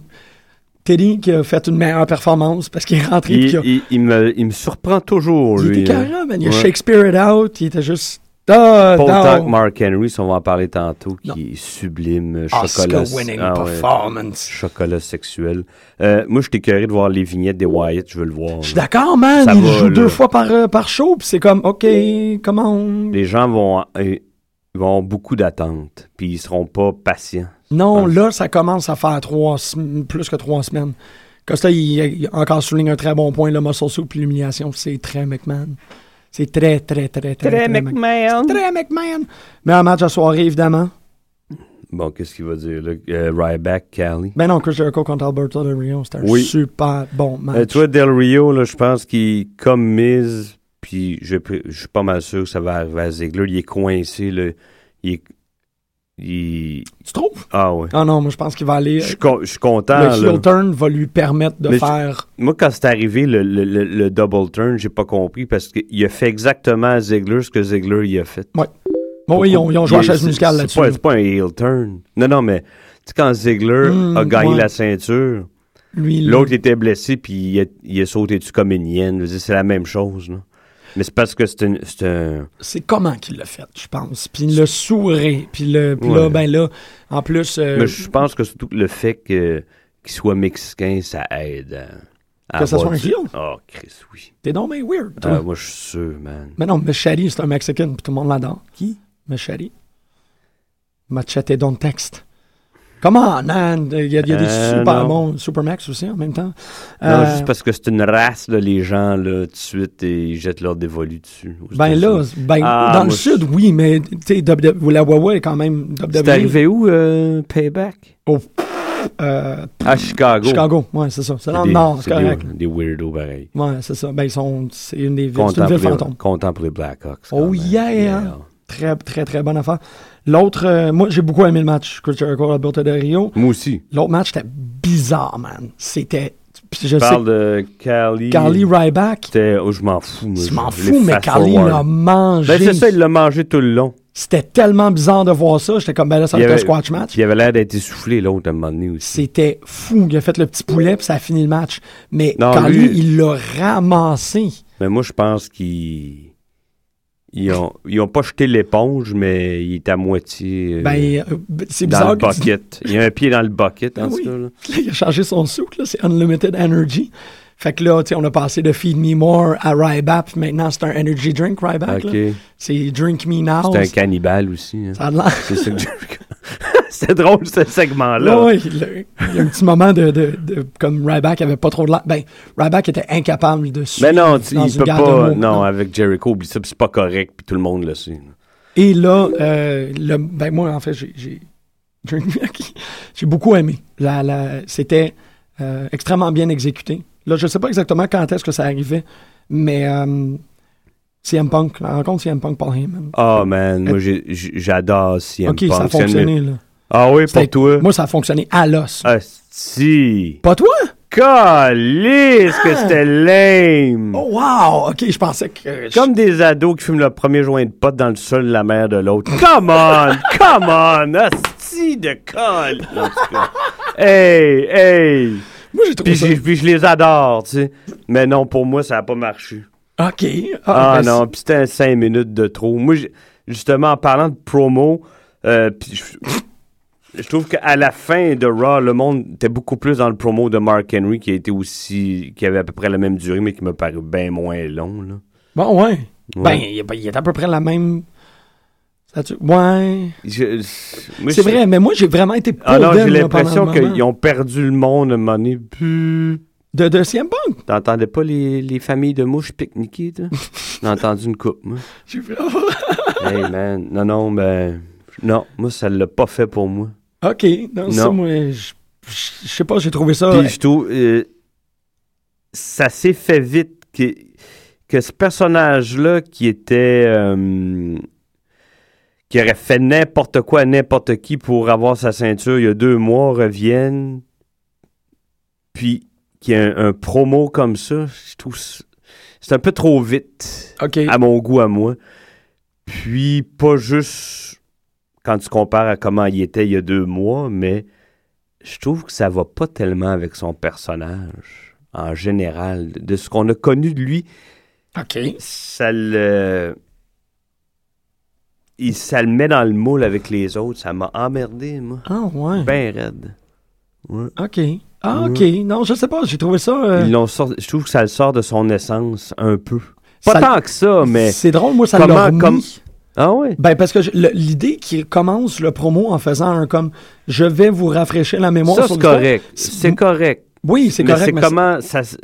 Speaker 3: Teddy qui a fait une meilleure performance parce qu'il est rentré. puis
Speaker 5: Il,
Speaker 3: qu'il a-
Speaker 5: il- il me, il me surprend toujours,
Speaker 3: il
Speaker 5: lui. hein.
Speaker 3: était
Speaker 5: là.
Speaker 3: carré, man. Il a
Speaker 5: Ouais.
Speaker 3: Shakespeare it out. Il était juste. Ah,
Speaker 5: Pas
Speaker 3: non.
Speaker 5: autant que Mark Henry, si on va en parler tantôt,
Speaker 3: Non.
Speaker 5: qui est sublime. euh, Chocolat,
Speaker 3: Oscar-winning
Speaker 5: ah ouais,
Speaker 3: performance.
Speaker 5: chocolat sexuel. Euh, moi, je suis écœuré de voir les vignettes des Wyatt, je veux le voir.
Speaker 3: Je suis
Speaker 5: là.
Speaker 3: d'accord, man.
Speaker 5: Ça
Speaker 3: il
Speaker 5: va,
Speaker 3: joue
Speaker 5: là.
Speaker 3: deux fois par, euh, par show. Puis c'est comme, ok, comment on.
Speaker 5: Les gens vont, euh, vont beaucoup d'attentes, puis ils seront pas patients.
Speaker 3: Non,
Speaker 5: Ah.
Speaker 3: là, ça commence à faire trois, sem- plus que trois semaines. Costa, il, il encore souligne un très bon point, le muscle soup puis l'humiliation. C'est très McMahon. C'est très, très, très, très, très,
Speaker 5: McMahon.
Speaker 3: C'est Très McMahon. Mais un match à soirée, évidemment.
Speaker 5: Bon, qu'est-ce qu'il va dire, là? Euh, Ryback, Cali.
Speaker 3: Ben non, Chris Jericho contre Alberto Del Rio, c'était un
Speaker 5: Oui.
Speaker 3: super bon match.
Speaker 5: Euh, tu vois, Del Rio, là, je pense qu'il, comme mise, puis je, je suis pas mal sûr que ça va arriver à Ziggler, il est coincé, là. Il est... il-
Speaker 3: Tu trouves?
Speaker 5: Ah ouais.
Speaker 3: Ah non, moi je pense qu'il va aller... euh,
Speaker 5: Je suis con- je suis content,
Speaker 3: le
Speaker 5: là.
Speaker 3: heel turn va lui permettre de
Speaker 5: Mais je-
Speaker 3: faire...
Speaker 5: Moi, quand c'est arrivé, le, le- le- le double turn, j'ai pas compris, parce qu'il a fait exactement à Ziggler ce que Ziggler, il a fait.
Speaker 3: Bon, oui, ils ont, ils ont joué à la chaise
Speaker 5: C'est-
Speaker 3: musicale
Speaker 5: c'est
Speaker 3: là-dessus.
Speaker 5: pas- C'est pas, un heel turn. Non, non, mais... tu sais, Quand Ziggler
Speaker 3: Hmm,
Speaker 5: a gagné
Speaker 3: ouais.
Speaker 5: la ceinture,
Speaker 3: Lui, il-
Speaker 5: L'autre était blessé, puis il est, il est sauté dessus comme une hyène. Je veux dire, C'est la même chose. Là. Mais c'est parce que c'est un- c'est un.
Speaker 3: c'est comment qu'il l'a fait, je pense. Puis le sourire, puis le... puis là,
Speaker 5: Ouais.
Speaker 3: ben là, en plus... euh,
Speaker 5: Mais je pense que surtout le fait que- qu'il soit mexicain, ça aide. à- à
Speaker 3: Que ça
Speaker 5: avoir
Speaker 3: soit un
Speaker 5: du-
Speaker 3: heel?
Speaker 5: Oh, Chris, oui.
Speaker 3: T'es donc ben weird, toi.
Speaker 5: Ah, moi, je suis sûr, man.
Speaker 3: Mais non, Machete, c'est un Mexicain, puis tout le monde l'adore. Qui? Machete. Machete Don't Text. Comment, man? Il y a, il y a des
Speaker 5: Euh,
Speaker 3: super
Speaker 5: non.
Speaker 3: bons Supermax aussi en même temps.
Speaker 5: Non,
Speaker 3: Euh,
Speaker 5: juste parce que c'est une race, là, les gens, là, tout de suite, et ils jettent leur dévolu dessus. aux
Speaker 3: ben là,
Speaker 5: États-Unis.
Speaker 3: c'est- ben,
Speaker 5: Ah,
Speaker 3: dans le
Speaker 5: moi,
Speaker 3: sud,
Speaker 5: je-
Speaker 3: oui, mais tu sais, WWE la Wawa est quand même E, WWE.
Speaker 5: C'est arrivé où, euh, Payback
Speaker 3: euh,
Speaker 5: À Chicago.
Speaker 3: Chicago, ouais, c'est ça. C'est dans
Speaker 5: Des-
Speaker 3: le nord, c'est
Speaker 5: c'est des-
Speaker 3: correct.
Speaker 5: Des, weirdos pareils.
Speaker 3: Ouais, c'est ça. Ben, ils sont, c'est une des villes, c'est
Speaker 5: Content
Speaker 3: une
Speaker 5: pour
Speaker 3: ville
Speaker 5: les-
Speaker 3: fantôme.
Speaker 5: content pour les Blackhawks.
Speaker 3: Oh
Speaker 5: quand même.
Speaker 3: yeah! Très, très, très bonne affaire. L'autre, euh, moi, j'ai beaucoup aimé le match Chris Jericho Alberto de Rio.
Speaker 5: Moi aussi.
Speaker 3: L'autre match, c'était bizarre, man. C'était. puis Je
Speaker 5: Je
Speaker 3: sais,
Speaker 5: parle de Cali.
Speaker 3: Carly Ryback,
Speaker 5: C'était- oh, je m'en fous. moi,
Speaker 3: je m'en
Speaker 5: les
Speaker 3: fous, mais
Speaker 5: fast
Speaker 3: Carly
Speaker 5: forward.
Speaker 3: l'a mangé.
Speaker 5: Ben, c'est ça, il l'a mangé tout le long.
Speaker 3: C'était tellement bizarre de voir ça. J'étais comme, ben là, ça va
Speaker 5: Il
Speaker 3: être un
Speaker 5: avait-
Speaker 3: squash match.
Speaker 5: Il avait l'air d'être essoufflé, l'autre, à un moment donné aussi.
Speaker 3: C'était fou. Il a fait le petit poulet, puis ça a fini le match. Mais
Speaker 5: Non,
Speaker 3: Carly,
Speaker 5: lui-
Speaker 3: il l'a ramassé.
Speaker 5: Mais moi, je pense qu'ils. Ils ont, ils ont pas jeté l'éponge, mais il est à moitié euh,
Speaker 3: Ben, euh, b- c'est
Speaker 5: dans le
Speaker 3: bizarre que tu- Ah
Speaker 5: bucket. Il a un pied dans le bucket, en
Speaker 3: Oui.
Speaker 5: tout cas. là.
Speaker 3: il a changé son souk, là, c'est Unlimited Energy. Fait que là, tu sais, on a passé de Feed Me More à Ryback, puis maintenant c'est un Energy Drink Ryback. là.
Speaker 5: OK.
Speaker 3: C'est Drink Me Now.
Speaker 5: C'est un cannibale aussi. hein.
Speaker 3: Ça a l'air-
Speaker 5: C'est ça que je- [LAUGHS] C'était drôle, ce segment-là.
Speaker 3: Ah Ouais, il a- il y a un petit moment de, de- de- comme Ryback avait pas trop de la... Ben, Ryback était incapable de suivre
Speaker 5: Mais non, tu-
Speaker 3: dans
Speaker 5: il
Speaker 3: une
Speaker 5: peut
Speaker 3: guerre de
Speaker 5: pas.
Speaker 3: mots.
Speaker 5: euh, Non, avec Jericho, oublie ça, puis c'est pas correct, puis tout le monde le sait.
Speaker 3: Et là, euh, le- ben moi, en fait, j'ai- j'ai j'ai beaucoup aimé. La- la- C'était euh, extrêmement bien exécuté. Là, je sais pas exactement quand est-ce que ça arrivait, mais euh, CM Punk, la rencontre CM Punk Paul Heyman.
Speaker 5: Ah, man, moi, j'ai- j'ai- j'adore CM
Speaker 3: OK,
Speaker 5: Punk.
Speaker 3: ça a
Speaker 5: C'est un de mes-
Speaker 3: fonctionné, là.
Speaker 5: Ah oui,
Speaker 3: C'était-
Speaker 5: pour toi.
Speaker 3: Moi, ça a fonctionné à l'os.
Speaker 5: Ah, si.
Speaker 3: Pas toi?
Speaker 5: Ah. Calisse que
Speaker 3: Ah.
Speaker 5: c'était lame.
Speaker 3: Oh, wow! OK, je pensais que...
Speaker 5: Comme des ados qui fument leur premier joint de pote dans le sol de la mère
Speaker 3: [LAUGHS]
Speaker 5: de l'autre. Come on! come on! Asti de colle! En tout cas. Hey! Hey!
Speaker 3: Moi, j'ai trouvé
Speaker 5: Puis,
Speaker 3: ça...
Speaker 5: j'ai- puis je les adore, tu sais. Mais non, pour moi, ça n'a pas marché.
Speaker 3: OK.
Speaker 5: Ah
Speaker 3: ben,
Speaker 5: non, puis c'était un 5 minutes de trop. Moi, j'ai- justement, en parlant de promo, euh, puis je, je trouve qu'à la fin de Raw, le monde était beaucoup plus dans le promo de Mark Henry, qui a été aussi. qui avait à peu près la même durée, mais qui me paru bien moins long, là.
Speaker 3: Bon, ouais. Ben,
Speaker 5: Ouais.
Speaker 3: il ben, il est à peu près la même... Ça tu- Ouais...
Speaker 5: Je- moi,
Speaker 3: C'est
Speaker 5: je-
Speaker 3: vrai, mais moi, j'ai vraiment été pas
Speaker 5: Ah non, j'ai
Speaker 3: down, là, pendant
Speaker 5: l'impression
Speaker 3: le moment.
Speaker 5: qu'ils ont perdu le monde à un moment donné. Puis,
Speaker 3: De, de CM Punk.
Speaker 5: T'entendais pas les, les familles de mouches pique-niquer, toi? J'ai entendu une coupe, moi.
Speaker 3: J'ai fait,
Speaker 5: Hey, man. Non, non, ben. Non, moi, ça l'a pas fait pour moi.
Speaker 3: [LAUGHS] OK. Non, ça,
Speaker 5: Non.
Speaker 3: moi, je je- je sais pas, j'ai trouvé ça...
Speaker 5: Puis je trouve. euh, ça s'est fait vite que, que ce personnage-là qui était. euh, qui aurait fait n'importe quoi à n'importe qui pour avoir sa ceinture il y a deux mois revienne. Puis qu'il y ait un, un promo comme ça, je trouve. c- C'est un peu trop vite
Speaker 3: OK.
Speaker 5: à mon goût, à moi. Puis, pas juste quand tu compares à comment il était il y a deux mois, mais je trouve que ça va pas tellement avec son personnage en général. De ce qu'on a connu de lui, Ah.
Speaker 3: OK.
Speaker 5: ça le. Il, ça le met dans le moule avec les autres. Ça m'a emmerdé, moi.
Speaker 3: Ah, ouais.
Speaker 5: Ben raide. Ouais.
Speaker 3: OK. Ah, OK. Non, je sais pas, j'ai trouvé ça... euh,
Speaker 5: Ils l'ont sorti- je trouve que ça le sort de son essence un peu. Pas
Speaker 3: Ça-
Speaker 5: tant que ça, mais.
Speaker 3: C'est drôle, moi, ça
Speaker 5: Comment-
Speaker 3: l'a remis.
Speaker 5: comme- Ah ouais?
Speaker 3: Ben, parce que je- le- l'idée qu'il commence le promo en faisant un comme « Je vais vous rafraîchir la mémoire
Speaker 5: ça,
Speaker 3: sur
Speaker 5: c'est
Speaker 3: l'histoire.
Speaker 5: correct.
Speaker 3: C'est-
Speaker 5: C'est correct. »
Speaker 3: Oui, c'est
Speaker 5: Mais
Speaker 3: correct,
Speaker 5: c'est
Speaker 3: mais
Speaker 5: comment ça s-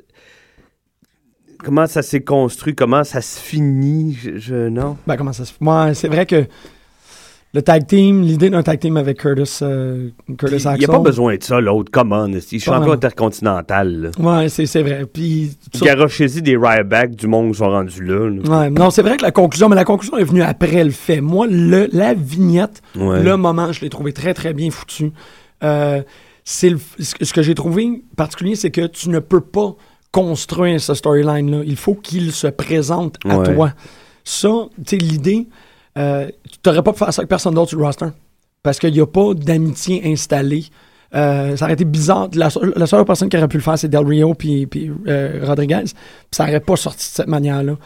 Speaker 5: comment ça s'est construit, comment ça se finit, je, je- non.
Speaker 3: Ben, comment ça se fait? Ouais, c'est vrai que le tag team, l'idée d'un tag team avec Curtis, euh, Curtis
Speaker 5: Il
Speaker 3: Axel...
Speaker 5: n'y a pas besoin de ça, l'autre. Come on, esti. je suis
Speaker 3: Pas
Speaker 5: encore
Speaker 3: vraiment.
Speaker 5: intercontinental. là.
Speaker 3: Ouais, c'est c'est vrai. Puis, sur-
Speaker 5: Garochésie des Ryback du monde qui sont rendus là. là.
Speaker 3: Ouais, non, c'est vrai que la conclusion, mais la conclusion est venue après le fait. Moi, le, la vignette,
Speaker 5: Ouais.
Speaker 3: le moment, je l'ai trouvé très, très bien foutu. Euh, c'est le- ce que- ce que j'ai trouvé particulier, c'est que tu ne peux pas construire ce storyline-là. Il faut qu'il se présente à
Speaker 5: Ouais.
Speaker 3: toi. Ça, tu sais, l'idée, euh, tu n'aurais pas pu faire ça avec personne d'autre sur le roster. Parce qu'il n'y a pas d'amitié installée. Euh, ça aurait été bizarre. La, seule- la seule personne qui aurait pu le faire, c'est Del Rio puis, puis, euh, Rodriguez. Puis ça n'aurait pas sorti de cette manière-là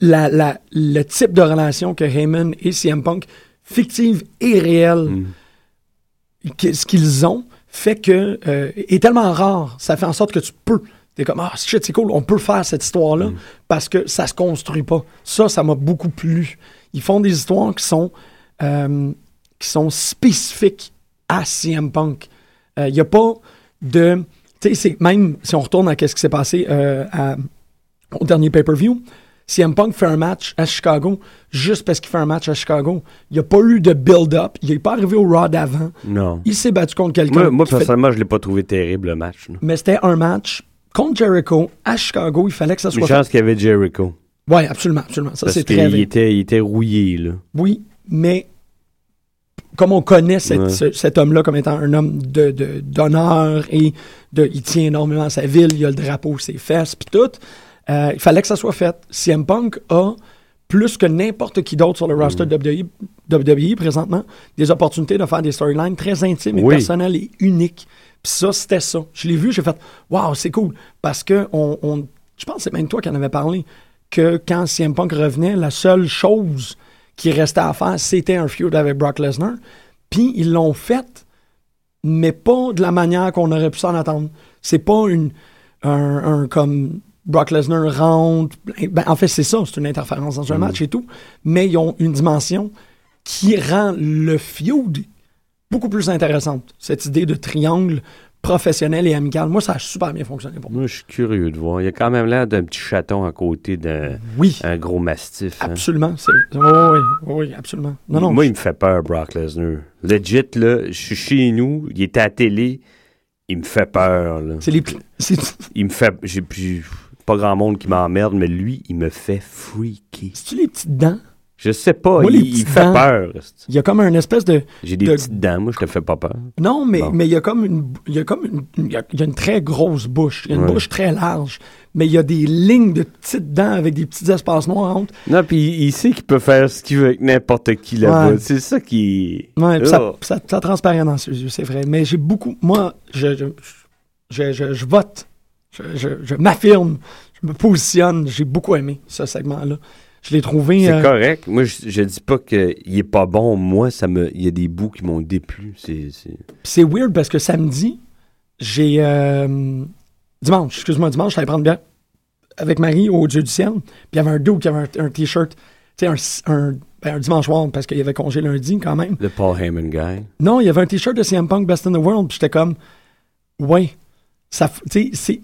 Speaker 3: la, la- le type de relation que Heyman et CM Punk, fictive et réelle, que- ce qu'ils ont, fait que euh, est tellement rare. Ça fait en sorte que tu peux. T'es comme, ah, shit, c'est cool, on peut faire cette histoire-là parce que ça se construit pas. Ça, ça m'a beaucoup plu. Ils font des histoires qui sont, euh, qui sont spécifiques à CM Punk. Il n'y a pas de. Tu sais, c'est- même si on retourne à ce qui s'est passé euh, à- au dernier pay-per-view, CM Punk fait un match à Chicago juste parce qu'il fait un match à Chicago. Il n'y a pas eu de build-up. Il n'est pas arrivé au Raw d'avant.
Speaker 5: Non.
Speaker 3: Il s'est battu contre quelqu'un.
Speaker 5: Moi, moi,
Speaker 3: qui fait-
Speaker 5: personnellement, je l'ai pas trouvé terrible le match. là.
Speaker 3: Mais c'était un match contre Jericho à Chicago. Il fallait que ça
Speaker 5: Une
Speaker 3: soit fait.
Speaker 5: chance qu'il y avait Jericho.
Speaker 3: Oui, absolument, absolument. Ça,
Speaker 5: Parce
Speaker 3: c'est très
Speaker 5: qu'il
Speaker 3: vrai.
Speaker 5: était, il était rouillé, là.
Speaker 3: Oui, mais comme on connaît cette-
Speaker 5: Ouais.
Speaker 3: ce- cet homme-là comme étant un homme de- de- d'honneur et de, il tient énormément à sa ville, il a le drapeau, ses fesses, puis tout, euh, il fallait que ça soit fait. CM Punk a, plus que n'importe qui d'autre sur le
Speaker 5: Mm.
Speaker 3: roster WWE, WWE E présentement, des opportunités de faire des storylines très intimes et
Speaker 5: Oui.
Speaker 3: personnelles et uniques. Puis ça, c'était ça. Je l'ai vu, j'ai fait « Wow, c'est cool! » Parce que on, on- je pense que c'est même toi qui en avais parlé, que quand CM Punk revenait, la seule chose qui restait à faire, c'était un feud avec Brock Lesnar. Puis ils l'ont fait, mais pas de la manière qu'on aurait pu s'en attendre. C'est pas une un, un comme Brock Lesnar rentre. Ben, en fait, c'est ça, c'est une interférence dans un match et tout. Mais ils ont une dimension qui rend le feud beaucoup plus intéressante. Cette idée de triangle professionnel et amical. Moi, ça a super bien fonctionné pour moi.
Speaker 5: Moi, je suis curieux de voir. Il y a quand même l'air d'un petit chaton à côté d'un
Speaker 3: Oui,
Speaker 5: un gros mastif. hein.
Speaker 3: Mhm. absolument. c'est- Oui, oui, oui, absolument. Non, non.
Speaker 5: Moi, il me fait peur, Brock Lesnar. Legit, là, je suis chez nous, il était à la télé, il me fait peur. là.
Speaker 3: c'est les petits- c'est-
Speaker 5: Il me fait. J'ai j'ai pas grand monde qui m'emmerde, mais lui, il me fait freaky.
Speaker 3: C'est-tu les petites dents?
Speaker 5: Je sais pas,
Speaker 3: Moi, les
Speaker 5: il, il
Speaker 3: petites
Speaker 5: me fait
Speaker 3: dents.
Speaker 5: peur.
Speaker 3: Il y a comme un espèce de.
Speaker 5: J'ai des
Speaker 3: de-
Speaker 5: petites dents, moi, je te fais pas peur.
Speaker 3: Non, mais
Speaker 5: Bon.
Speaker 3: mais il y a comme une bou- il y a comme une il y a, il y a une très grosse bouche, il y a une
Speaker 5: Ouais.
Speaker 3: bouche très large, mais il y a des lignes de petites dents avec des petits espaces noirs entre.
Speaker 5: Non, puis il- il sait qu'il peut faire ce qu'il veut avec n'importe qui là-bas.
Speaker 3: Ouais.
Speaker 5: C'est ça qui.
Speaker 3: Ouais, puis ça,
Speaker 5: Oh.
Speaker 3: ça, ça transparaît dans ses yeux, c'est vrai. Mais j'ai beaucoup moi je je je, je- je vote. Je, je, je m'affirme, je me positionne, j'ai beaucoup aimé ce segment là. Je l'ai trouvé
Speaker 5: C'est
Speaker 3: euh,
Speaker 5: correct. Moi, je, je dis pas qu'il est pas bon. Moi, ça me, il y a des bouts qui m'ont déplu. C'est, c'est-
Speaker 3: Puis c'est weird parce que samedi, j'ai. euh, dimanche, excuse-moi, dimanche, j'allais prendre bien avec Marie au Dieu du ciel. Puis il y avait un dude qui avait un, un t-shirt. Tu sais, un, s- un- ben, un dimanche soir parce qu'il y avait congé lundi quand même.
Speaker 5: Le Paul Heyman guy.
Speaker 3: Non, il y avait un t-shirt de CM Punk Best in the World. Puis j'étais comme, ouais. Ça, f- tu sais, c'est-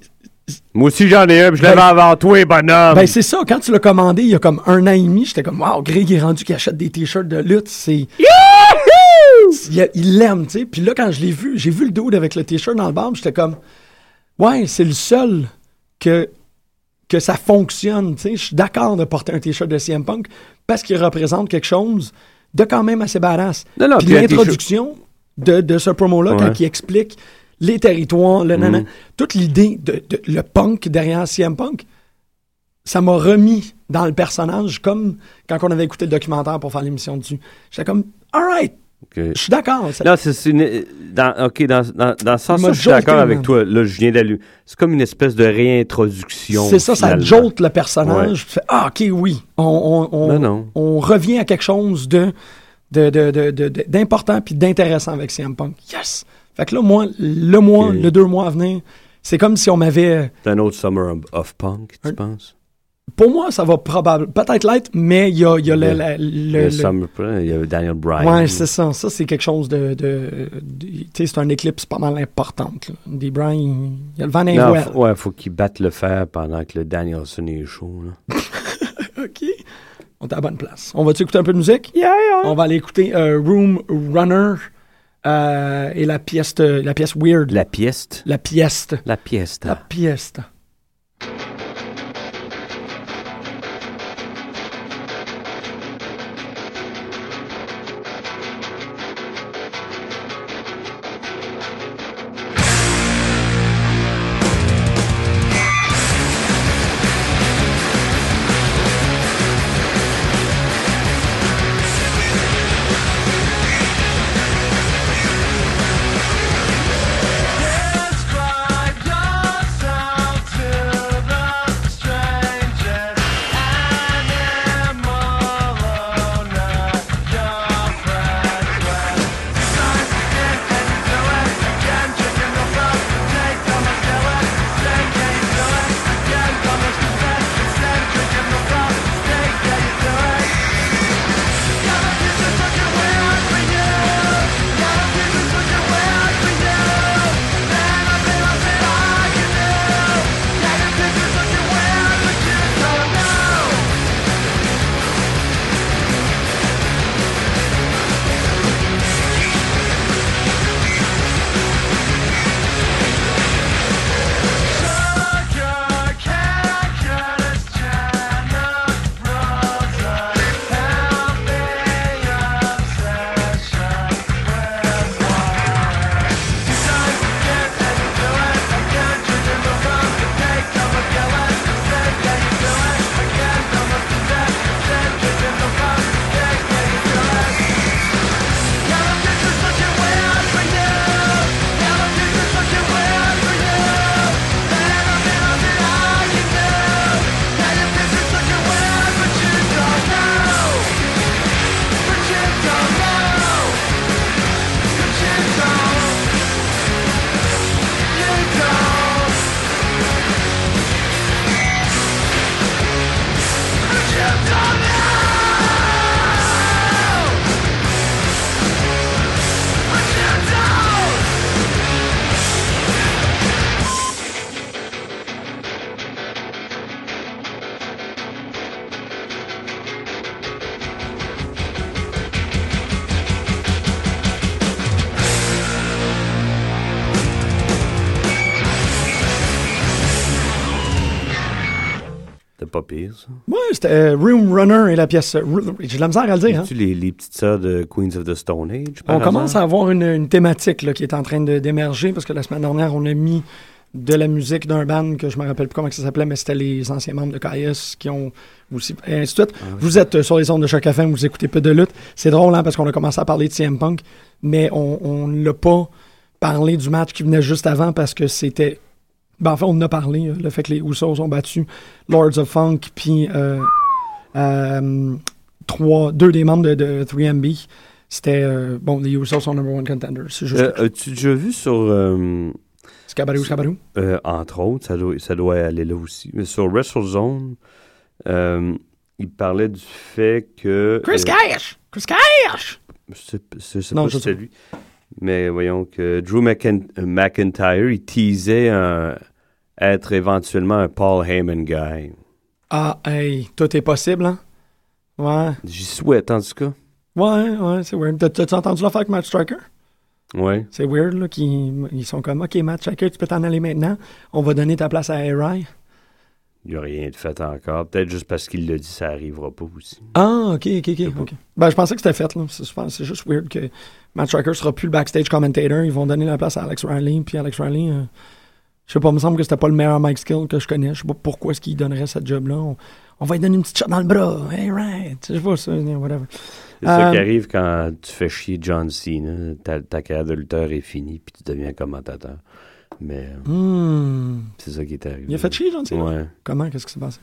Speaker 5: Moi aussi, j'en ai un, puis je
Speaker 3: Ben-
Speaker 5: l'avais avant toi, bonhomme.
Speaker 3: ben c'est ça, quand tu l'as commandé il y a comme un an et demi, j'étais comme, wow, Greg est rendu qui achète des t-shirts de lutte, c'est. Il a- Il l'aime, tu sais. Puis là, quand je l'ai vu, j'ai vu le dude avec le t-shirt dans le barbe, j'étais comme, ouais, c'est le seul que, que ça fonctionne, tu sais. Je suis d'accord de porter un t-shirt de CM Punk parce qu'il représente quelque chose de quand même assez badass.
Speaker 5: Non, non,
Speaker 3: Puis
Speaker 5: puis un t-shirt-
Speaker 3: l'introduction de, de ce promo-là,
Speaker 5: Ouais. Mm.
Speaker 3: quand il explique les territoires, le nanan, toute l'idée de, de- le punk derrière CM Punk, ça m'a remis dans le personnage comme quand on avait écouté le documentaire pour faire l'émission dessus. J'étais comme, alright,
Speaker 5: Que-
Speaker 3: je suis d'accord. ça-
Speaker 5: Non, c'est, c'est une- dans, OK, dans, dans, dans ce
Speaker 3: m'a
Speaker 5: sens-là, je suis
Speaker 3: jolté,
Speaker 5: d'accord avec
Speaker 3: man.
Speaker 5: toi. Là, je viens d'allumer. C'est comme une espèce de réintroduction.
Speaker 3: C'est ça, ça
Speaker 5: finalement.
Speaker 3: jolte le personnage. tu fais, ah, ok, oui, on, on, on,
Speaker 5: Non, non.
Speaker 3: on revient à quelque chose de de- de- de- de- de- d'important puis d'intéressant avec CM Punk. Yes! Fait que là, moi, le mois,
Speaker 5: Ok.
Speaker 3: le deux mois à venir, c'est comme si on m'avait...
Speaker 5: C'est un autre Summer of- of Punk, tu
Speaker 3: Un-
Speaker 5: penses?
Speaker 3: Pour moi, ça va probablement... Peut-être l'être, mais il y a, il y a le-
Speaker 5: Le-
Speaker 3: la-
Speaker 5: Le,
Speaker 3: le- le-
Speaker 5: Summer, il y a Daniel Bryan.
Speaker 3: Ouais, c'est ça. Ça, c'est quelque chose de. de, de- tu sais, c'est un éclipse pas mal importante. là. Des Bryan, il y a le vent d'un
Speaker 5: Non,
Speaker 3: voile.
Speaker 5: f- ouais, faut qu'il batte le fer pendant que le Danielson est chaud. Là.
Speaker 3: OK. On est à la bonne place. On va-tu écouter un peu de musique? On va aller écouter euh, Room Runner euh, et la pièce, de- la pièce Weird.
Speaker 5: La pièce.
Speaker 3: La pièce.
Speaker 5: La pièce.
Speaker 3: La pièce.
Speaker 2: Describe yourself
Speaker 5: pas pire, ça.
Speaker 3: Ouais, c'était euh, Room Runner et la pièce. euh, Ru- J'ai de la misère à le dire. hein.
Speaker 5: Tu les, les petites sœurs de Queens of the Stone Age, par
Speaker 3: On commence à
Speaker 5: hasard?
Speaker 3: avoir une, une thématique là, qui est en train de- d'émerger parce que la semaine dernière, on a mis de la musique d'un band que je me rappelle plus comment ça s'appelait, mais c'était les anciens membres de Caius qui ont aussi. Et ainsi de suite. Vous êtes euh, sur les ondes de Choc à vous écoutez peu de lutte. C'est drôle hein, parce qu'on a commencé à parler de CM Punk, mais on on ne l'a pas parlé du match qui venait juste avant parce que c'était. Ben, en fait, on en a parlé, euh, le fait que les Usos ont battu Lords of Funk, puis euh, euh, trois, deux des membres de, de 3MB. C'était, euh, bon, les Usos sont number one contenders. C'est juste
Speaker 5: Euh, As-tu déjà vu sur. euh,
Speaker 3: Scabarou, Scabarou.
Speaker 5: Euh, entre autres, ça doit, ça doit aller là aussi. Mais sur WrestleZone, euh, il parlait du fait que.
Speaker 3: Chris
Speaker 5: euh,
Speaker 3: Cash! Chris Cash!
Speaker 5: je sais, p- je sais
Speaker 3: Non,
Speaker 5: pas
Speaker 3: je
Speaker 5: si
Speaker 3: sais
Speaker 5: c'est lui. Mais voyons que Drew McIn- euh, McIntyre, il teasait un- être éventuellement un Paul Heyman guy.
Speaker 3: Ah, hey, tout est possible, hein? Ouais,
Speaker 5: J'y souhaite, en tout cas.
Speaker 3: ouais, ouais, c'est weird. T'as- T'as-tu entendu l'affaire avec Matt Striker?
Speaker 5: Ouais.
Speaker 3: C'est weird, là, qu'ils ils sont comme, OK, Matt Striker, tu peux t'en aller maintenant. On va donner ta place à Arai.
Speaker 5: Il n'y a rien de fait encore. Peut-être juste parce qu'il le dit, ça arrivera pas aussi.
Speaker 3: Ah, ok, ok, ok. ok. Ben, je pensais que c'était fait, là. C'est, je pense- c'est juste weird que Matt Striker sera plus le backstage commentator. Ils vont donner la place à Alex Riley. Puis Alex Riley, euh, je sais pas, il me semble que c'était pas le meilleur Mike Skill que je connais. Je sais pas pourquoi est-ce qu'il donnerait ce job-là. On, on va lui donner une petite shot dans le bras. Hey, right. Je sais pas, ça, yeah, whatever.
Speaker 5: C'est ça
Speaker 3: Euh,
Speaker 5: qui arrive quand tu fais chier John Cena. Ta, ta carrière de lutteur est finie, puis tu deviens commentateur. Mais euh,
Speaker 3: Hmm.
Speaker 5: c'est ça qui est arrivé.
Speaker 3: Il a fait chier, John Cena?
Speaker 5: Ouais.
Speaker 3: Comment? Qu'est-ce qui s'est passé?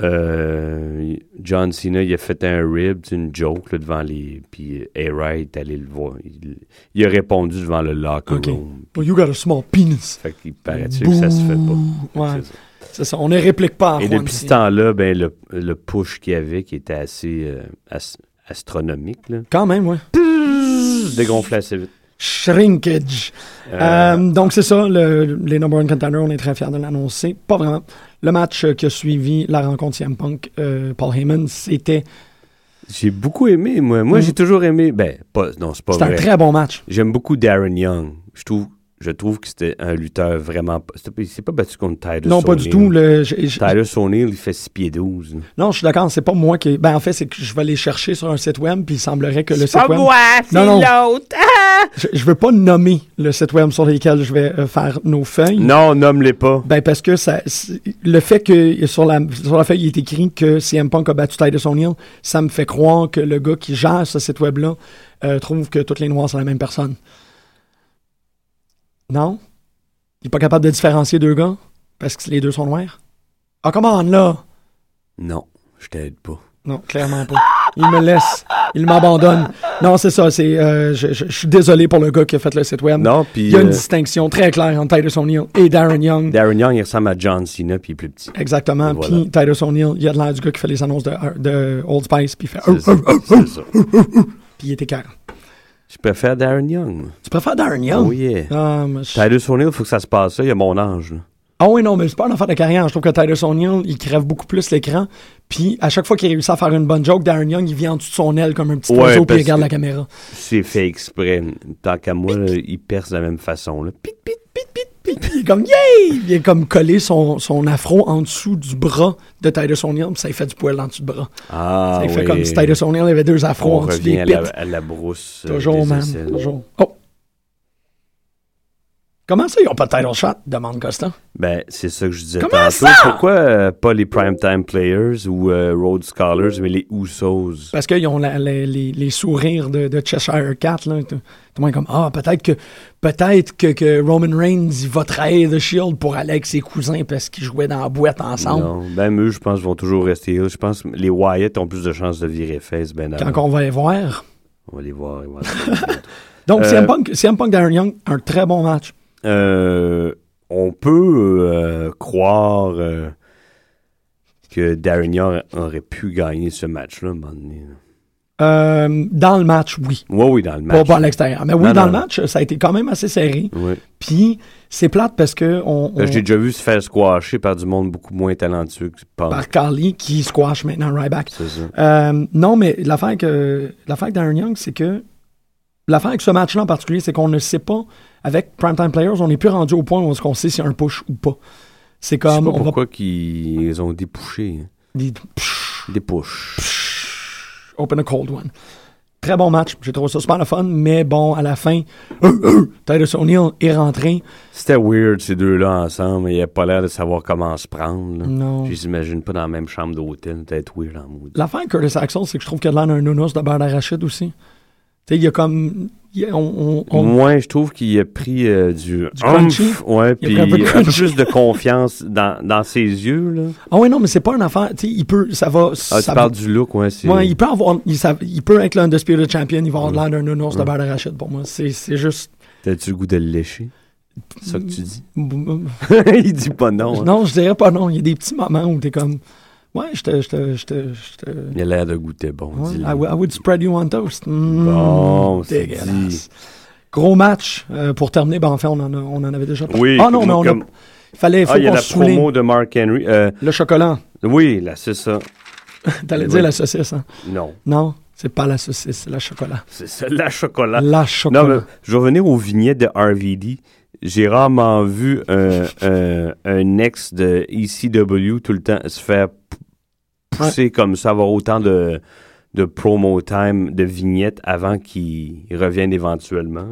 Speaker 5: Euh, il- John Cena, il a fait un rib, c'est une joke là, devant les. Puis euh, A-Ray est allé le voir. Il, il a répondu devant le locker
Speaker 3: Ok.
Speaker 5: room.
Speaker 3: Oh, you got a small penis.
Speaker 5: Fait qu'il paraît-tu que ça se fait pas.
Speaker 3: Ouais.
Speaker 5: C'est ça.
Speaker 3: C'est ça. On ne réplique pas à
Speaker 5: Et
Speaker 3: Juan
Speaker 5: depuis ce
Speaker 3: Cena.
Speaker 5: temps-là, ben, le, le push qu'il y avait, qui était assez euh, as- astronomique, là,
Speaker 3: Quand même, ouais.
Speaker 5: dégonflait assez vite.
Speaker 3: Shrinkage.
Speaker 5: Euh,
Speaker 3: Euh, donc, c'est ça, le- les number one contenders, on est très fiers de l'annoncer. Pas vraiment. Le match euh, qui a suivi la rencontre CM Punk, euh, Paul Heyman, c'était
Speaker 5: J'ai beaucoup aimé, moi. Moi,
Speaker 3: Mhm.
Speaker 5: j'ai toujours aimé. Ben, pas, non, c'est pas
Speaker 3: c'était un
Speaker 5: vrai.
Speaker 3: très bon match.
Speaker 5: J'aime beaucoup Darren Young. Je trouve, je trouve que c'était un lutteur vraiment. pas- c'était pas- Il s'est pas battu contre Titus
Speaker 3: non, pas du
Speaker 5: O'Neil.
Speaker 3: tout. Le, j'ai- j'ai-
Speaker 5: Titus O'Neill, il fait 6 pieds 12. là.
Speaker 3: non, je suis d'accord, c'est pas moi qui. Ben, en fait, c'est que je vais les chercher sur un site web, puis il semblerait que le site web. Non, non.
Speaker 2: l'autre.
Speaker 3: Je, je veux pas nommer le site web sur lequel je vais euh, faire nos feuilles.
Speaker 5: Non, nomme-les pas.
Speaker 3: Ben parce que ça, c'est- le fait que sur la, sur la feuille, il est écrit que CM Punk a battu Titus O'Neill, ça me fait croire que le gars qui gère ce site web-là euh, trouve que toutes les noirs sont la même personne. Non? Il est pas capable de différencier deux gars parce que les deux sont noirs? Ah, come on, là!
Speaker 5: Non, je t'aide pas.
Speaker 3: Non, clairement pas. Il me laisse. Il m'abandonne. Non, c'est ça. C'est, euh, je, je- je suis désolé pour le gars qui a fait le site web.
Speaker 5: Non, puis
Speaker 3: Il y a une
Speaker 5: euh,
Speaker 3: distinction très claire entre Titus O'Neill et Darren Young.
Speaker 5: Darren Young, il ressemble à John Cena, puis il est plus petit.
Speaker 3: Exactement.
Speaker 5: Et voilà.
Speaker 3: Puis Titus O'Neill, il y a de l'air du gars qui fait les annonces de, de Old Spice, puis il fait
Speaker 5: C'est ça, c'est ça.
Speaker 3: puis il était carré.
Speaker 5: Je préfère Darren Young.
Speaker 3: Tu préfères Darren Young?
Speaker 5: Oh yeah.
Speaker 3: Ah, moi, je-
Speaker 5: Titus O'Neill, il faut que ça se passe ça. Il y a mon âge. là.
Speaker 3: Ah oui, non, mais c'est pas un enfant de carrière. Je trouve que Titus O'Neill, il crève beaucoup plus l'écran. Puis à chaque fois qu'il réussit à faire une bonne joke, Darren Young, il vient en dessous de son aile comme un petit
Speaker 5: Ouais,
Speaker 3: oiseau, puis il
Speaker 5: parce
Speaker 3: regarde
Speaker 5: que-
Speaker 3: la caméra.
Speaker 5: C'est fait exprès. Tant qu'à moi, là, il perce de la même façon. Là. Pit, pit.
Speaker 3: Pit, pit, pit, pit. Il est comme, yay! Il vient comme coller son, son afro en dessous du bras de Titus O'Neill, puis ça lui fait du poil en dessous du bras.
Speaker 5: Ah,
Speaker 3: ça lui fait
Speaker 5: oui.
Speaker 3: comme si Titus O'Neill avait deux afros
Speaker 5: On
Speaker 3: en dessous des
Speaker 5: revient à la,
Speaker 3: pites.
Speaker 5: à la brousse. euh,
Speaker 3: Toujours,
Speaker 5: des
Speaker 3: man.
Speaker 5: aisselles.
Speaker 3: Toujours. Oh! Comment ça, ils ont pas de title shot? demande Costa.
Speaker 5: Ben, c'est ça que je disais
Speaker 3: Comment
Speaker 5: tantôt.
Speaker 3: ça?
Speaker 5: Pourquoi euh, pas les Primetime Players ou euh, Road Scholars, mais les Usos?
Speaker 3: Parce qu'ils ont la- les, les- les sourires de, de Cheshire Cat. Là. Tout, tout le monde est comme Ah, peut-être que peut-être que, que Roman Reigns il va trahir The Shield pour aller avec ses cousins parce qu'ils jouaient dans la boîte ensemble.
Speaker 5: Non. Ben, eux, je pense, vont toujours rester là. Je pense que les Wyatt ont plus de chances de virer face, ben
Speaker 3: Quand
Speaker 5: avant.
Speaker 3: on va les voir.
Speaker 5: On va les voir. ils vont-
Speaker 3: Donc,
Speaker 5: Euh,
Speaker 3: CM, Punk, CM Punk Darren Young, un très bon match.
Speaker 5: [LAUGHS] Euh, on peut euh, croire euh, que Darren Young aurait pu gagner ce match-là, à un moment donné. là.
Speaker 3: Euh, dans le match, oui.
Speaker 5: Ouais, oui, dans le
Speaker 3: Pas,
Speaker 5: match.
Speaker 3: pas à l'extérieur. Mais oui,
Speaker 5: Non,
Speaker 3: dans
Speaker 5: non,
Speaker 3: le
Speaker 5: non.
Speaker 3: match, ça a été quand même assez serré.
Speaker 5: Ouais.
Speaker 3: Puis, c'est plate parce que on,
Speaker 5: Euh,
Speaker 3: on-
Speaker 5: Je l'ai déjà vu se faire squasher par du monde beaucoup moins talentueux que Punk.
Speaker 3: par Carly qui squash maintenant Ryback.
Speaker 5: C'est ça.
Speaker 3: Euh, non, mais l'affaire que l'affaire avec Darren Young, c'est que l'affaire avec ce match-là en particulier, c'est qu'on ne sait pas avec Primetime Players, on n'est plus rendu au point où on sait s'il y a un push ou pas. C'est
Speaker 5: Je sais
Speaker 3: comme.
Speaker 5: pas
Speaker 3: Ah, on va
Speaker 5: pourquoi qu'ils ont dépouché. hein.
Speaker 3: des- psh,
Speaker 5: Des push.
Speaker 3: open a cold one. Très bon match. J'ai trouvé ça super le fun, mais bon, à la fin, euh, Titus O'Neill est rentré.
Speaker 5: C'était weird, ces deux-là ensemble. Ils a pas l'air de savoir comment se prendre. là.
Speaker 3: Non.
Speaker 5: Je les imagine pas dans la même chambre d'hôtel. Peut-être weird en mood.
Speaker 3: L'affaire avec Curtis Axel, c'est que je trouve qu'il a l'air d'un nounours de beurre d'arachide aussi. Tu sais, il y a comme. il y a- on- on- on-
Speaker 5: Moi, je trouve qu'il a pris euh, du,
Speaker 3: Du crunchy?
Speaker 5: oomph, ouais,
Speaker 3: Il a pris
Speaker 5: puis
Speaker 3: un peu de
Speaker 5: un peu
Speaker 3: crunchy.
Speaker 5: plus de confiance dans, dans ses yeux. Là.
Speaker 3: Ah ouais, non, mais c'est pas une affaire. Tu sais, il peut. Ça va.
Speaker 5: Mm. Ah,
Speaker 3: ça
Speaker 5: tu
Speaker 3: va-
Speaker 5: parles du look, ouais. c'est-
Speaker 3: Ouais, il peut avoir. Il, ça- il peut être l'Undisputed Champion, il va avoir l'air d'un nounours de beurre d'arachide pour moi. C'est c'est juste. [LAUGHS]
Speaker 5: T'as-tu le goût de le lécher? C'est ça que tu dis?
Speaker 3: Non,
Speaker 5: [LAUGHS] il dit pas non. hein.
Speaker 3: je dirais pas Mm. non. Il y a des petits moments où t'es comme. Ouais, je te. Je te. Je te. je te-
Speaker 5: Il a l'air de goûter bon.
Speaker 3: Ouais,
Speaker 5: dis-le.
Speaker 3: I, would- I would spread you on toast. Mm,
Speaker 5: Bon, c'est
Speaker 3: dégueulasse. Gros match. euh, pour terminer, ben en fait, on en, a- on en avait déjà parlé.
Speaker 5: Oui,
Speaker 3: Ah non, mais
Speaker 5: moi,
Speaker 3: on
Speaker 5: comme-
Speaker 3: a. Il fallait. Faut
Speaker 5: Ah, il y a
Speaker 3: qu'on
Speaker 5: la
Speaker 3: souligne
Speaker 5: promo de Mark Henry. Euh,
Speaker 3: Le chocolat.
Speaker 5: oui, là, c'est ça.
Speaker 3: T'allais
Speaker 5: Oui.
Speaker 3: dire la saucisse, hein?
Speaker 5: Non,
Speaker 3: Non, c'est pas la saucisse, c'est la chocolat.
Speaker 5: c'est ça, la chocolat.
Speaker 3: La
Speaker 5: Ah. Non,
Speaker 3: chocolat.
Speaker 5: mais je vais revenir aux vignettes de RVD. J'ai rarement vu un, un- un ex de ECW tout le temps se faire p- pousser comme ça, avoir autant de, de promo time, de vignettes avant qu'il revienne éventuellement.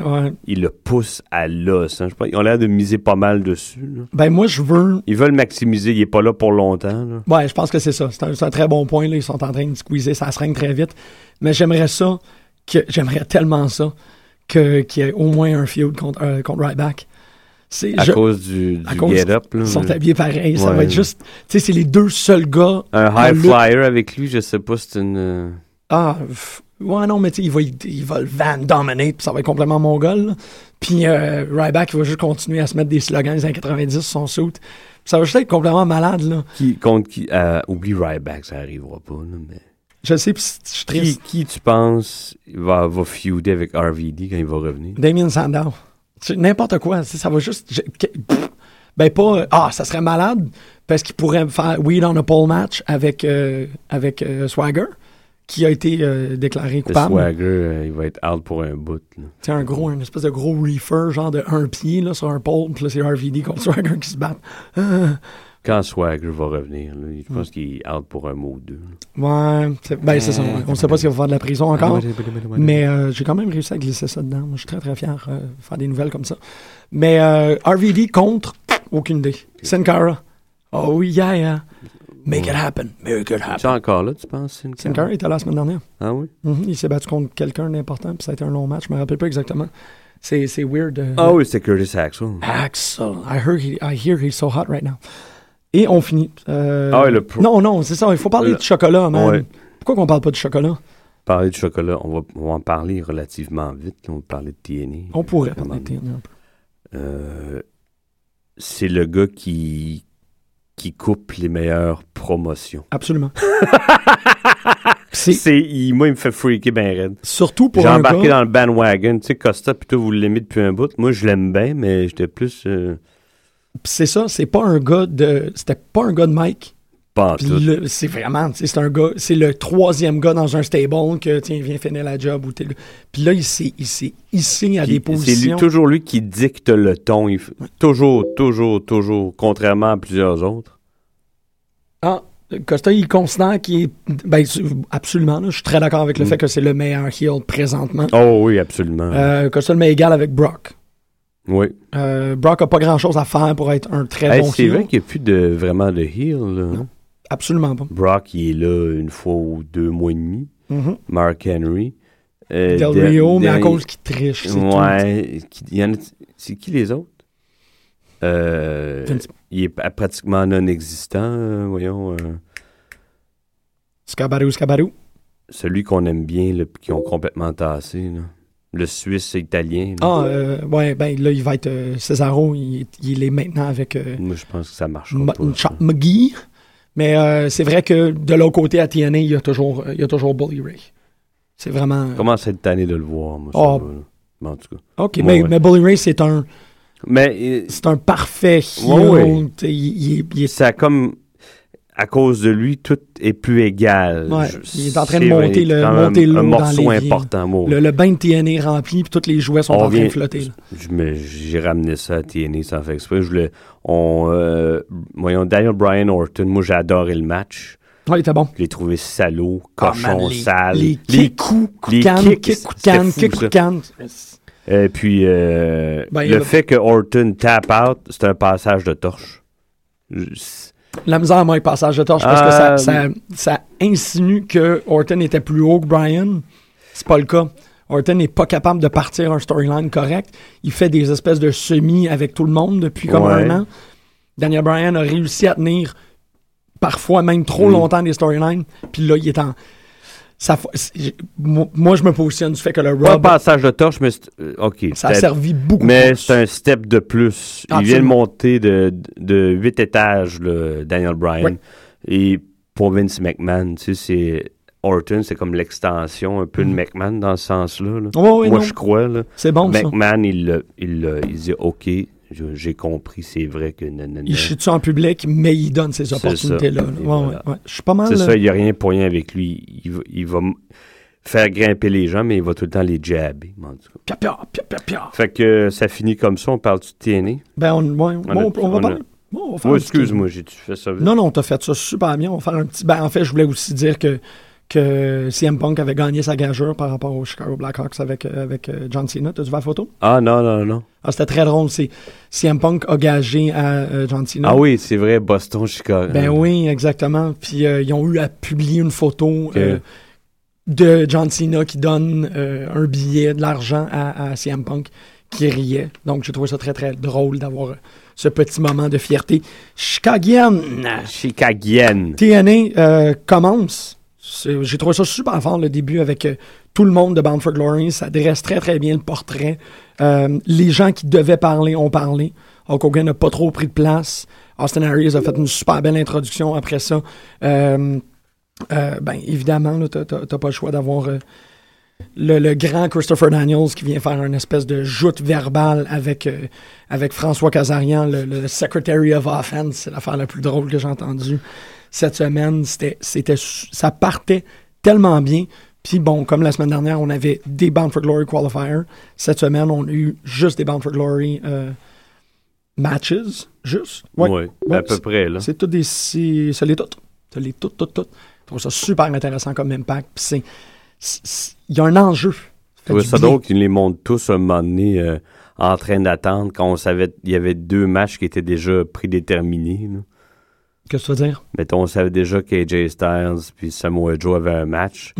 Speaker 3: Ouais, ouais.
Speaker 5: Il le pousse à l'os. hein. Je pense- Ils ont l'air de miser pas mal dessus. là.
Speaker 3: Ben moi, je veux...
Speaker 5: Ils veulent maximiser. Il est pas là pour longtemps. là.
Speaker 3: Ouais, je pense que c'est ça. C'est un, c'est un très bon point. Là. Ils sont en train de squeezer, ça seringue très vite. Mais j'aimerais ça, que j'aimerais tellement ça, que- qu'il y ait au moins un feud contre, euh, contre Ryback. C'est,
Speaker 5: À
Speaker 3: je-
Speaker 5: cause du, du
Speaker 3: à cause
Speaker 5: get-up. là.
Speaker 3: qu'ils sont habillés pareil. Ça
Speaker 5: Ouais. Ah.
Speaker 3: va être juste... Tu sais, c'est les deux seuls gars...
Speaker 5: Un
Speaker 3: en
Speaker 5: high
Speaker 3: lutte.
Speaker 5: flyer avec lui, je sais pas, c'est une... euh,
Speaker 3: Ah, pff, ouais, non, mais tu sais, il va, il va le van dominate, puis ça va être complètement mongol. là. Puis euh, Ryback, il va juste continuer à se mettre des slogans des années 90 sur son suit. Puis ça va juste être complètement malade, là.
Speaker 5: Qui, contre qui... euh, oublie Ryback, ça arrivera pas, là, mais...
Speaker 3: Je sais, puis c'est- je suis
Speaker 5: Qui,
Speaker 3: triste.
Speaker 5: qui tu penses va, va feuder avec RVD quand il va revenir?
Speaker 3: Damien Sandow. C'est N'importe quoi, tu sais, ça va juste. je- que- pff, ben, pas. euh, ah, ça serait malade, parce qu'il pourrait faire Weed on a Pole match avec, euh, avec euh, Swagger, qui a été euh, déclaré
Speaker 5: Le
Speaker 3: coupable.
Speaker 5: Swagger, euh, il va être out pour un bout. là.
Speaker 3: C'est un gros, une espèce de gros reefer, genre de un pied là, sur un pôle, puis là, c'est RVD contre Swagger qui se battent. Ah.
Speaker 5: Quand Swagger va revenir, là, je
Speaker 3: Mm.
Speaker 5: pense qu'il est out pour un mot ou deux. là.
Speaker 3: ouais, c'est- ben c'est ça.
Speaker 5: Euh,
Speaker 3: ouais. On ne sait pas s'il va faire de la
Speaker 5: Ah
Speaker 3: prison encore, mais euh, j'ai quand même réussi à glisser ça dedans. Moi, Je suis très, très fier euh, de faire des nouvelles comme ça. Mais euh, RVD contre, aucune idée. Sin Cara. Oh yeah, yeah. Make it happen, make it
Speaker 5: Tu es
Speaker 3: happen.
Speaker 5: encore là, tu penses, Sin
Speaker 3: Ah. Sin Cara était là la semaine dernière.
Speaker 5: Ah oui?
Speaker 3: Mhm, il s'est battu contre quelqu'un d'important, puis ça a été un long match. Je me rappelle pas exactement. C'est c'est weird. euh,
Speaker 5: Ah oui, c'est Curtis Axel.
Speaker 3: Axel. I, heard he- I hear he's so hot right now. Et on finit. euh,
Speaker 5: Ah ouais, le pro-
Speaker 3: Non, non, c'est ça. Il faut parler
Speaker 5: Le-
Speaker 3: de chocolat, man.
Speaker 5: Ouais.
Speaker 3: Pourquoi qu'on parle pas de chocolat?
Speaker 5: Parler de chocolat, on va, on va en parler relativement vite. là. On va parler de TNA.
Speaker 3: On pourrait
Speaker 5: Euh,
Speaker 3: parler de TNA un peu.
Speaker 5: Euh, c'est le gars qui, qui coupe les meilleures promotions.
Speaker 3: [LAUGHS] Absolument. c'est
Speaker 5: C'est, il- moi, il me fait freaker ben raide.
Speaker 3: surtout pour
Speaker 5: J'ai
Speaker 3: un
Speaker 5: embarqué
Speaker 3: gars...
Speaker 5: dans le bandwagon. Tu sais, Costa, plutôt, vous l'aimez depuis un bout. Moi, je l'aime bien, mais j'étais plus... euh,
Speaker 3: C'est ça, c'est pas un gars de... C'était pas un gars de Mike.
Speaker 5: pas en
Speaker 3: Puis
Speaker 5: tout.
Speaker 3: le- c'est vraiment, tu sais, c'est un gars, c'est le troisième gars dans un stable que, tiens, viens finir la job. ou t'es le- Puis là, il s'est il s'est hissé à
Speaker 5: Qui-
Speaker 3: des
Speaker 5: c'est lui-
Speaker 3: positions.
Speaker 5: toujours lui qui dicte le ton. Il f- Toujours, toujours, toujours. Contrairement à plusieurs autres.
Speaker 3: Ah, Costa, il considère qu'il est. Ben, tu- absolument, là, je suis très d'accord avec le
Speaker 5: Mm.
Speaker 3: fait que c'est le meilleur heel présentement.
Speaker 5: Oh oui, absolument.
Speaker 3: Euh, Costa le met égal avec Brock.
Speaker 5: oui.
Speaker 3: Euh, Brock a pas grand chose à faire pour être un très
Speaker 5: Hey,
Speaker 3: bon
Speaker 5: c'est
Speaker 3: heel.
Speaker 5: vrai qu'il n'y a plus de, vraiment de heel. là.
Speaker 3: Absolument pas.
Speaker 5: Brock, il est là une fois ou deux mois et demi.
Speaker 3: Mhm.
Speaker 5: Mark Henry. Euh,
Speaker 3: Del
Speaker 5: der-
Speaker 3: Rio, mais à
Speaker 5: der-
Speaker 3: cause qu'il triche. c'est
Speaker 5: Ouais. qui- il y en a- C'est qui les autres? Euh,
Speaker 3: Vince-
Speaker 5: il est pa- pratiquement non existant, euh, voyons. euh,
Speaker 3: tout. Scabarou, Scabarou.
Speaker 5: celui qu'on aime bien, là, puis qui ont complètement tassé. là. Le Suisse italien. là.
Speaker 3: Ah, euh, ouais, ben là, il va être euh, Cesaro. Il, est- il est maintenant avec euh,
Speaker 5: Moi, je pense que ça marchera
Speaker 3: Mutton
Speaker 5: pas. ça.
Speaker 3: Chop McGee. Mais euh, c'est vrai que de l'autre côté, à TNA, il y a toujours, euh, il y a toujours Bully Ray. C'est vraiment.
Speaker 5: Je commence à être tanné de le voir, moi. ça
Speaker 3: Oh.
Speaker 5: va, là. Mais en tout cas.
Speaker 3: Ok,
Speaker 5: Ouais,
Speaker 3: mais,
Speaker 5: ouais.
Speaker 3: mais Bully Ray, c'est un.
Speaker 5: Mais euh,
Speaker 3: c'est un parfait heel.
Speaker 5: Ouais, ouais.
Speaker 3: t'sais, Il, il est- il est-
Speaker 5: ça a comme. à cause de lui, tout est plus égal.
Speaker 3: Ouais,
Speaker 5: Je-
Speaker 3: il est en train de
Speaker 5: c'est vrai,
Speaker 3: monter le-
Speaker 5: c'est quand même
Speaker 3: monter l'eau
Speaker 5: un
Speaker 3: dans
Speaker 5: morceau
Speaker 3: l'évier.
Speaker 5: important, moi.
Speaker 3: Le, le bain de TNA rempli, puis tous les jouets sont
Speaker 5: On
Speaker 3: en train de
Speaker 5: vient-
Speaker 3: flotter. là.
Speaker 5: Je me- J'ai ramené ça à TNA sans faire exprès. Je voulais, on, euh, voyons, Daniel Bryan Orton, moi j'ai adoré le match.
Speaker 3: Ouais, il était bon.
Speaker 5: Je l'ai trouvé salaud,
Speaker 3: Ah,
Speaker 5: cochon,
Speaker 3: man, les-
Speaker 5: sale.
Speaker 3: Les kicks, coups, coups de canne,
Speaker 5: kicks,
Speaker 3: kicks, coups de
Speaker 5: c'était
Speaker 3: canne,
Speaker 5: fou,
Speaker 3: kicks, coups
Speaker 5: ça.
Speaker 3: de canne.
Speaker 5: Et puis, euh,
Speaker 3: Ben, il y
Speaker 5: le
Speaker 3: a-
Speaker 5: fait que Orton tap out, c'est un passage de torche. Je-
Speaker 3: La misère à moi, le passage de torche, parce que ça,
Speaker 5: Euh,
Speaker 3: ça, ça insinue que Orton était plus haut que Brian. C'est pas le cas. Orton n'est pas capable de partir un storyline correct. Il fait des espèces de semis avec tout le monde depuis comme
Speaker 5: Ouais.
Speaker 3: un an. Daniel Bryan a réussi à tenir parfois même trop
Speaker 5: Mm.
Speaker 3: longtemps des storylines. Puis là, il est en. ça fa- c'est- moi, moi, je me positionne du fait que le
Speaker 5: Pas un
Speaker 3: Rob,
Speaker 5: passage de torche, mais c'est- euh, OK.
Speaker 3: ça a
Speaker 5: peut-être.
Speaker 3: servi beaucoup
Speaker 5: Mais
Speaker 3: plus.
Speaker 5: c'est un step de plus. Il vient de
Speaker 3: Absolument.
Speaker 5: monter de, de 8 étages, le Daniel Bryan.
Speaker 3: Ouais.
Speaker 5: Et pour Vince McMahon, tu sais, c'est. Orton, c'est comme l'extension un peu de McMahon dans ce sens-là. là.
Speaker 3: Ouais, ouais, Mm-hmm.
Speaker 5: Moi,
Speaker 3: Oh, non.
Speaker 5: je crois. Là.
Speaker 3: C'est bon, ça.
Speaker 5: McMahon, il, l'a- il, l'a- il dit OK, je- j'ai compris, c'est vrai que. nanana.
Speaker 3: Il chie dessus en public, mais il donne ces
Speaker 5: C'est
Speaker 3: opportunités-là.
Speaker 5: ça.
Speaker 3: là.
Speaker 5: Et
Speaker 3: Ouais,
Speaker 5: voilà.
Speaker 3: ouais, ouais. Je suis pas mal.
Speaker 5: C'est
Speaker 3: euh,
Speaker 5: ça, il n'y a rien pour rien avec lui. Il va, il va m- faire grimper les gens, mais il va tout le temps les jabber. en tout
Speaker 3: pia,
Speaker 5: cas.
Speaker 3: pia, pia, pia, pia.
Speaker 5: Fait que euh, ça finit comme ça, on parle du TNA.
Speaker 3: Ben, on, ouais, bon, on,
Speaker 5: a-
Speaker 3: va
Speaker 5: on
Speaker 3: parler.
Speaker 5: a-
Speaker 3: Bon, on va faire un petit-
Speaker 5: Moi, excuse-moi, j'ai-tu fait ça vite?
Speaker 3: Non, non, t'as fait ça super bien. On va faire un petit. Ben, en fait, je voulais aussi dire que, que CM Punk avait gagné sa gageure par rapport aux Chicago Blackhawks avec, euh, avec euh, John Cena. T'as dû voir la photo?
Speaker 5: Ah, non, non, non.
Speaker 3: Ah, c'était très drôle. C'est CM Punk a gagé à euh, John Cena.
Speaker 5: Ah oui, c'est vrai, Boston, Chicago.
Speaker 3: Ben oui, exactement. Puis euh, ils ont eu à publier une photo
Speaker 5: Ok.
Speaker 3: euh, de John Cena qui donne euh, un billet, de l'argent à, à CM Punk qui riait. Donc j'ai trouvé ça très très drôle d'avoir euh, ce petit moment de fierté. Chicagienne!
Speaker 5: Chicagienne.
Speaker 3: TNA euh, commence. C'est- J'ai trouvé ça super fort le début avec euh, tout le monde de Bound for Glory. Ça dresse très très bien le portrait. Euh, les gens qui devaient parler ont parlé. Hulk Hogan n'a pas trop pris de place. Austin Harris a fait une super belle introduction après ça. Euh, euh, ben évidemment, là, t'as- t'as t'as pas le choix d'avoir euh, le, le grand Christopher Daniels qui vient faire une espèce de joute verbale avec, euh, avec François Casarian, le, le Secretary of Offense. C'est l'affaire la plus drôle que j'ai entendue cette semaine. C'était, c'était, su- ça partait tellement bien. Puis bon, comme la semaine dernière, on avait des Bound for Glory qualifiers. Cette semaine, on a eu juste des Bound for Glory euh, matches. Juste.
Speaker 5: Oui,
Speaker 3: Ouais. Ouais,
Speaker 5: à peu
Speaker 3: c'est-
Speaker 5: près, là.
Speaker 3: C'est tout des. C'est ça l'est tout. Ça l'est tout, tout, tout. Je trouve ça super intéressant comme impact. Puis c'est- c'est- c'est- Il y a un enjeu.
Speaker 5: Je trouvais ça drôle qu'ils les montent tous un moment donné euh, en train d'attendre quand on savait qu'il y avait deux matchs qui étaient déjà prédéterminés. là.
Speaker 3: Qu'est-ce que tu veux dire?
Speaker 5: Mettons, on savait déjà qu'AJ Styles puis Samoa Joe avaient un match.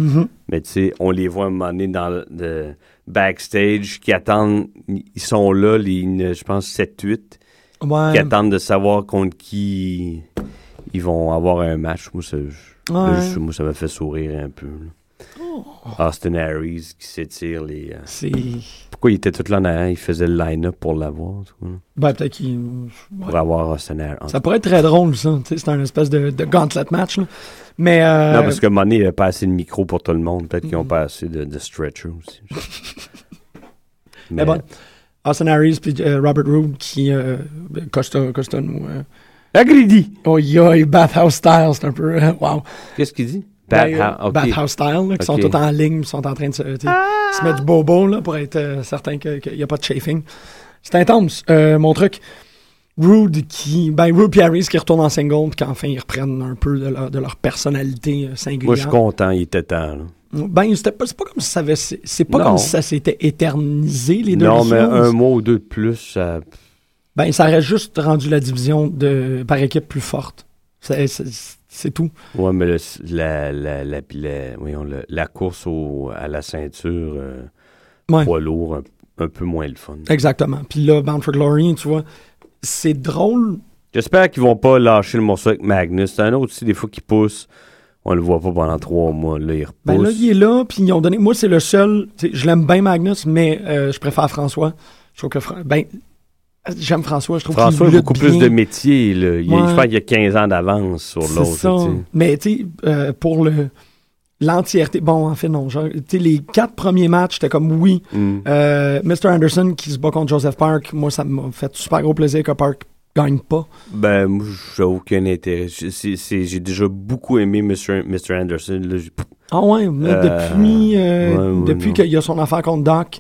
Speaker 5: Mais tu sais, on les voit un moment donné dans le, le backstage qui attendent. Ils sont là, les, une- je pense, 7-8,
Speaker 3: Ouais.
Speaker 5: qui attendent de savoir contre qui ils vont avoir un match. Moi, ça, je-
Speaker 3: Ouais. Oh.
Speaker 5: là, je- moi, ça m'a fait sourire un peu. là. Austin Harris qui s'étire les. euh,
Speaker 3: C'est.
Speaker 5: pourquoi il était tout là en arrière? Il faisait le line-up pour l'avoir, en tout cas, là.
Speaker 3: Ben, peut-être qu'il.
Speaker 5: pour avoir Austin Harris.
Speaker 3: Ça pourrait être très drôle, ça. Tu sais, C'est un espèce de, de gauntlet match. là. Mais. euh,
Speaker 5: Non, parce que Money n'a pas assez de micro pour tout le monde. Peut-être qu'ils n'ont pas assez de, de stretcher
Speaker 3: [LAUGHS]
Speaker 5: aussi.
Speaker 3: Mais bon. Austin Harris puis euh, Robert Roode qui. Euh, ben, Costa, Costa nous. euh,
Speaker 5: Agridi!
Speaker 3: oh, yoy, Bathhouse Style, c'est un peu. euh, wow.
Speaker 5: Qu'est-ce qu'il dit?
Speaker 3: Ben,
Speaker 5: Bat-
Speaker 3: euh,
Speaker 5: ah, ok.
Speaker 3: Bathhouse Style, là, qui sont
Speaker 5: Ok. Ah!
Speaker 3: tous en ligne, sont en train de se, tu sais, se mettre du bobo là, pour être euh, certain qu'il n'y a pas de chafing. C'est intense, euh, mon truc. Rude qui. Ben, Rude et Harris qui retournent en single, puis qu'enfin ils reprennent un peu de leur, de leur personnalité euh, singulière.
Speaker 5: Moi, je suis content. Il était temps. là.
Speaker 3: Ben, c'était pas- c'est pas comme si ça avait. C'est c'est pas
Speaker 5: Non.
Speaker 3: comme si ça s'était éternisé, les deux
Speaker 5: Non, mais
Speaker 3: divisions.
Speaker 5: un mois ou deux de plus, ça-
Speaker 3: Ben, ça aurait juste rendu la division de, par équipe plus forte. C'est- C'est c'est tout.
Speaker 5: Ouais, mais le- la, la, la, la- voyons, le- la course au- à la ceinture, euh,
Speaker 3: Ouais.
Speaker 5: poids lourd, un, un peu moins le fun.
Speaker 3: Exactement. Puis là, Bound for Glory, tu vois, c'est drôle.
Speaker 5: J'espère qu'ils vont pas lâcher le morceau avec Magnus. C'est un autre, aussi, des fois, qui pousse. On le voit pas pendant trois mois. Là, il repousse.
Speaker 3: Ben là, il est là, puis ils ont donné. Moi, c'est le seul. tu sais, Je l'aime bien, Magnus, mais euh, je préfère François. Je trouve que. Fra- Ben, j'aime François. Je trouve qu'il
Speaker 5: François a
Speaker 3: lutte
Speaker 5: beaucoup
Speaker 3: bien.
Speaker 5: plus de métier. Là. Il,
Speaker 3: Ouais.
Speaker 5: Je pense qu'il y a 15 ans d'avance sur
Speaker 3: C'est
Speaker 5: l'autre.
Speaker 3: ça.
Speaker 5: tu sais.
Speaker 3: Mais tu sais, euh, pour le l'entièreté, bon, en fait, non. genre, Tu sais, les quatre premiers matchs, c'était comme oui.
Speaker 5: Mm.
Speaker 3: Euh, Mr. Anderson qui se bat contre Joseph Park, moi, ça m'a fait super gros plaisir que Park gagnes pas.
Speaker 5: Ben, moi, j'ai aucun intérêt. Je- c'est- c'est- J'ai déjà beaucoup aimé Mr. Mr. Anderson. Là, j'ai-
Speaker 3: Ah ouais, mais
Speaker 5: Euh,
Speaker 3: depuis, euh,
Speaker 5: ouais, ouais,
Speaker 3: depuis
Speaker 5: non.
Speaker 3: qu'il y a son affaire contre Doc,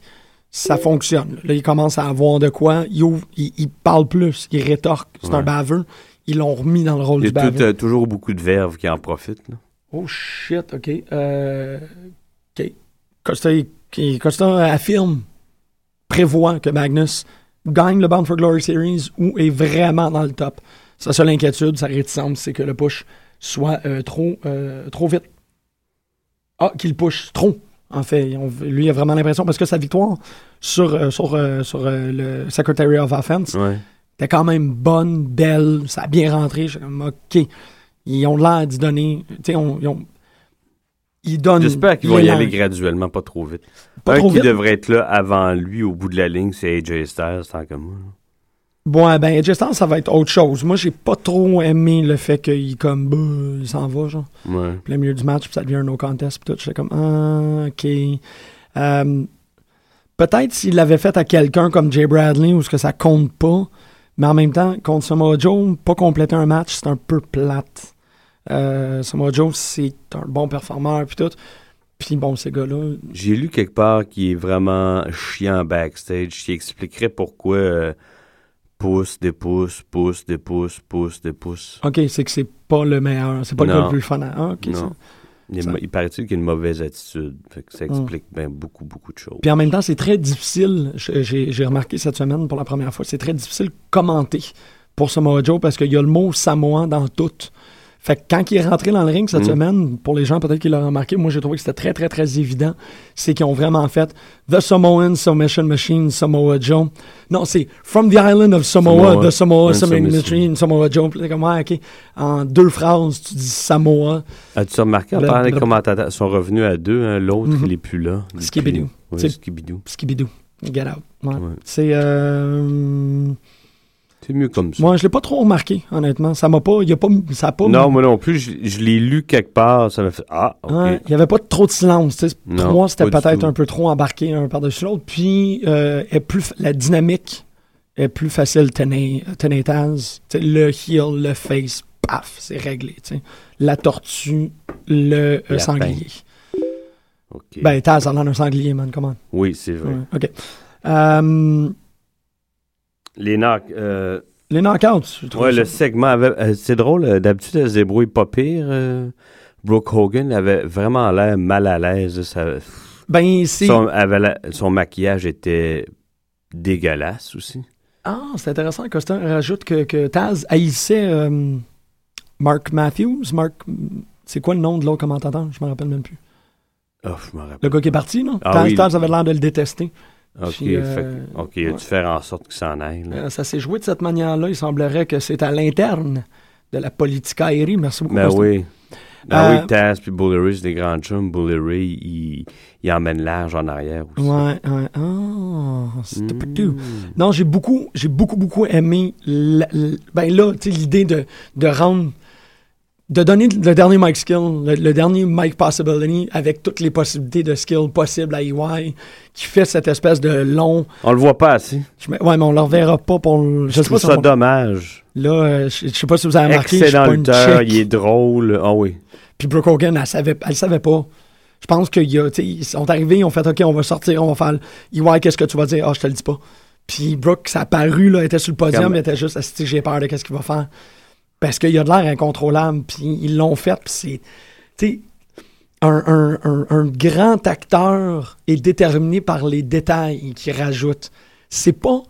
Speaker 3: ça fonctionne. Là, il commence à avoir de quoi. Il, ouvre- il- il parle plus, il rétorque. C'est un baveux. Ils l'ont remis dans le rôle
Speaker 5: il y
Speaker 3: du
Speaker 5: a tout,
Speaker 3: baveux.
Speaker 5: euh, toujours beaucoup de verve qui en profite. là.
Speaker 3: Oh shit, ok. Euh, ok. Costa, qui- Costa affirme, prévoit que Magnus gagne le Bound for Glory Series ou est vraiment dans le top. Sa seule inquiétude, sa réticence, c'est que le push soit euh, trop, euh, trop vite. Ah, qu'il push trop. En fait, on- lui a vraiment l'impression, parce que sa victoire sur, euh, sur, euh, sur euh, le Secretary of Offense,
Speaker 5: Ouais.
Speaker 3: était quand même bonne, belle, ça a bien rentré. J'étais comme, OK. Ils ont l'air d'y donner. Tu sais, on- ils, ont- ils donnent.
Speaker 5: J'espère qu'ils vont y
Speaker 3: l'élan.
Speaker 5: aller graduellement, pas trop vite.
Speaker 3: Pas
Speaker 5: Un
Speaker 3: trop
Speaker 5: qui
Speaker 3: vite.
Speaker 5: devrait être là avant lui, au bout de la ligne, c'est AJ Styles, tant que moi. là.
Speaker 3: Bon, ben, Edge Styles, ça va être autre chose. Moi, j'ai pas trop aimé le fait qu'il, comme, bah, il s'en va, genre.
Speaker 5: Ouais.
Speaker 3: plein milieu du match, puis ça devient un no contest, puis tout. J'étais comme, ah, OK. Euh, Peut-être s'il l'avait fait à quelqu'un comme Jay Bradley, ou ce que ça compte pas, mais en même temps, contre Samoa Joe, pas compléter un match, c'est un peu plate. Euh, Samoa Joe, c'est un bon performeur, puis tout. Puis bon, ces gars-là,
Speaker 5: J'ai lu quelque part qui est vraiment chiant backstage, qui expliquerait pourquoi euh, pousse, dépousse, pousse, dépousse, pousse, dépousse.
Speaker 3: OK, c'est que c'est pas le meilleur, c'est pas le
Speaker 5: Non.
Speaker 3: gars le plus fun. à- Ah, OK, ça.
Speaker 5: non. Il, est
Speaker 3: Ça- Hmm.
Speaker 5: mo- il paraît-il qu'il y a une mauvaise attitude. Fait que ça explique ben, beaucoup, beaucoup de choses.
Speaker 3: Puis en même temps, c'est très difficile, je- j'ai j'ai remarqué cette semaine pour la première fois, c'est très difficile de commenter pour Samoa Joe parce qu'il y a le mot Samoan dans tout. Fait que quand il est rentré dans le ring
Speaker 5: Mm-hmm.
Speaker 3: cette semaine, pour les gens peut-être qui l'ont remarqué, moi j'ai trouvé que c'était très très très évident, c'est qu'ils ont vraiment fait The Samoan Submission Machine Samoa Joe. Non, c'est From the Island of Samoa,
Speaker 5: Samoa.
Speaker 3: The Samoa
Speaker 5: Ouais,
Speaker 3: Submission
Speaker 5: Submission.
Speaker 3: Machine Samoa Joe. Puis là, comme, ouais, ok, en deux phrases, tu dis Samoa.
Speaker 5: As-tu remarqué, en
Speaker 3: Bla-
Speaker 5: parlant des
Speaker 3: bla-
Speaker 5: commentateurs, ils sont revenus à deux, hein, l'autre, il est plus là. Il est
Speaker 3: Mm-hmm. Skibidou.
Speaker 5: plus- Ouais,
Speaker 3: C'est-
Speaker 5: Skibidou.
Speaker 3: Skibidou. Get out. Ouais.
Speaker 5: Ouais.
Speaker 3: C'est. euh,
Speaker 5: C'est mieux comme ça.
Speaker 3: Moi, je l'ai pas trop remarqué, honnêtement. Ça m'a pas. Il y a pas. Ça a pas.
Speaker 5: non, moi non plus, je, je l'ai lu quelque part, ça m'a fait Ah, ok.
Speaker 3: Hein, Il y avait pas trop de silence. tu sais.
Speaker 5: Non,
Speaker 3: Pour moi, c'était
Speaker 5: pas du
Speaker 3: peut-être
Speaker 5: tout.
Speaker 3: un peu trop embarqué un par-dessus l'autre. Puis, euh, est plus, fa- la dynamique est plus facile tené- tenaitaz. Tu sais, Le heel, le face, paf, c'est réglé. tu sais. La tortue, le euh,
Speaker 5: Lapin.
Speaker 3: sanglier.
Speaker 5: ok.
Speaker 3: Ben, Taz, ça en a un sanglier, man, comment?
Speaker 5: oui, c'est vrai.
Speaker 3: OK. Euh,
Speaker 5: Les knocks, euh,
Speaker 3: les knockouts, je trouve
Speaker 5: ouais,
Speaker 3: ça-
Speaker 5: le segment avait- euh, c'est drôle, euh, d'habitude, elle se débrouille pas pire. euh, Brooke Hogan avait vraiment l'air mal à l'aise. ça-
Speaker 3: Ben, c'est.
Speaker 5: son, avait la- son maquillage était dégueulasse aussi.
Speaker 3: Ah, c'est intéressant. Costa rajoute que, que Taz haïssait euh, Mark Matthews. Mark, c'est quoi le nom de l'autre commentateur Je me rappelle même plus.
Speaker 5: Oh, je me rappelle.
Speaker 3: Le gars qui est parti, là.
Speaker 5: Ah
Speaker 3: Taz,
Speaker 5: oui.
Speaker 3: Taz avait l'air de le détester.
Speaker 5: Ok,
Speaker 3: Puis, euh,
Speaker 5: fait que- ok, il a
Speaker 3: ouais.
Speaker 5: dû faire en sorte qu'il s'en aille. là.
Speaker 3: Euh, ça s'est joué de cette manière-là. Il semblerait que c'est à l'interne de la politique aérie. Merci beaucoup.
Speaker 5: Ben
Speaker 3: Costa.
Speaker 5: oui. Ben
Speaker 3: Euh,
Speaker 5: oui, Taz puis Bully Ray, c'est des grands chums. Bully Ray, il, il emmène large en arrière aussi.
Speaker 3: Ouais, ouais. Ah, c'était pas tout.
Speaker 5: Mm.
Speaker 3: Non, j'ai beaucoup, j'ai beaucoup, beaucoup aimé la- l- ben là, tu sais, l'idée de, de rendre, de donner le dernier Mike Skill, le, le dernier Mike Possibility avec toutes les possibilités de skill possibles à EY, qui fait cette espèce de long.
Speaker 5: On le voit pas assez.
Speaker 3: je me- ouais, mais on le reverra pas pour. le- Je,
Speaker 5: Je
Speaker 3: sais pas
Speaker 5: trouve
Speaker 3: si
Speaker 5: ça
Speaker 3: on-
Speaker 5: dommage.
Speaker 3: Là, euh, je je sais pas si vous avez remarqué, je suis
Speaker 5: Excellent
Speaker 3: pas une
Speaker 5: lutteur,
Speaker 3: chick.
Speaker 5: il est drôle. Ah oui.
Speaker 3: Puis Brooke Hogan, elle savait, elle savait pas. Je pense qu'ils sont arrivés, ils ont fait OK, on va sortir, on va faire. le- EY, qu'est-ce que tu vas dire? Ah, je te le dis pas. Puis Brooke, ça a paru, là, elle était sur le podium,
Speaker 5: Comme-
Speaker 3: elle était juste, Asti, j'ai peur de qu'est-ce qu'il va faire. Parce qu'il a de l'air incontrôlable, puis ils l'ont fait, puis c'est. Tu sais, un, un- un- un grand acteur est déterminé par les détails qu'il rajoute. C'est pas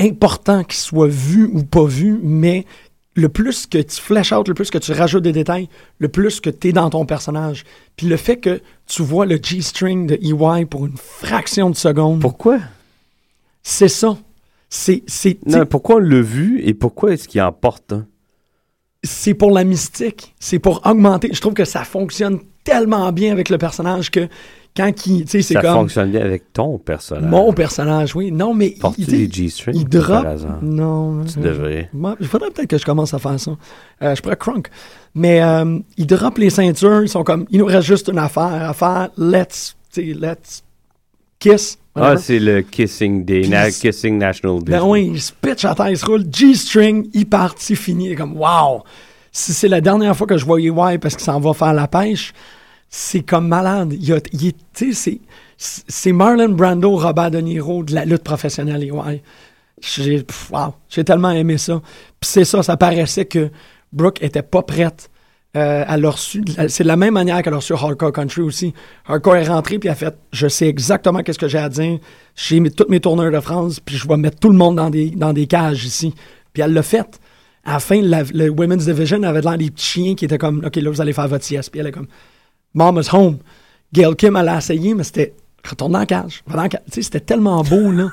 Speaker 3: important qu'il soit vu ou pas vu, mais le plus que tu flash out, le plus que tu rajoutes des détails, le plus que tu es dans ton personnage. Puis le fait que tu vois le G-string de EY pour une fraction de seconde,
Speaker 5: Pourquoi?
Speaker 3: c'est ça. C'est, c'est,
Speaker 5: Non, mais pourquoi on l'a vu et pourquoi est-ce qu'il hein? en porte un?
Speaker 3: c'est pour la mystique, c'est pour augmenter. Je trouve que ça fonctionne tellement bien avec le personnage que quand il, tu sais, c'est
Speaker 5: Ça
Speaker 3: comme
Speaker 5: fonctionne bien avec ton personnage.
Speaker 3: mon personnage, oui. Non, mais il,
Speaker 5: Porter
Speaker 3: il-
Speaker 5: Bah, les G-strings,
Speaker 3: il
Speaker 5: par
Speaker 3: drop.
Speaker 5: hasard.
Speaker 3: Non,
Speaker 5: Tu
Speaker 3: euh,
Speaker 5: devrais.
Speaker 3: Moi, il faudrait peut-être que je commence à faire ça. Euh, je pourrais crunk. Mais euh, ils droppent les ceintures, ils sont comme, il nous reste juste une affaire à faire. Let's, tu sais, let's kiss,
Speaker 5: Ah,
Speaker 3: whatever.
Speaker 5: c'est le Kissing Day,
Speaker 3: Puis
Speaker 5: na-
Speaker 3: c'est-
Speaker 5: Kissing National Day.
Speaker 3: Ben oui, il se pitch à terre, il se roule, G-string, il part, c'est fini. Il est comme, wow! Si c'est la dernière fois que je voyais Y parce qu'il s'en va faire la pêche, c'est comme malade. Il a- il est- tu sais, c'est, c'est Marlon Brando, Robert De Niro de la lutte professionnelle, les Y. J'ai, pff, wow, j'ai tellement aimé ça. Puis c'est ça, ça paraissait que Brooke était pas prête. Euh, elle a reçu, c'est de la même manière qu'elle a reçu Hardcore Country aussi. Hardcore est rentré puis elle a fait Je sais exactement qu'est-ce que j'ai à dire. J'ai mis toutes mes tourneurs de France puis je vais mettre tout le monde dans des, dans des cages ici. Puis elle l'a fait. À la fin, la, le Women's Division avait l'air des petits chiens qui étaient comme Ok, là, vous allez faire votre sieste. Puis elle est comme Mom is home. Gail Kim, elle a essayé, mais c'était retourne en cage. Va dans la cage. Tu sais, c'était tellement beau, là.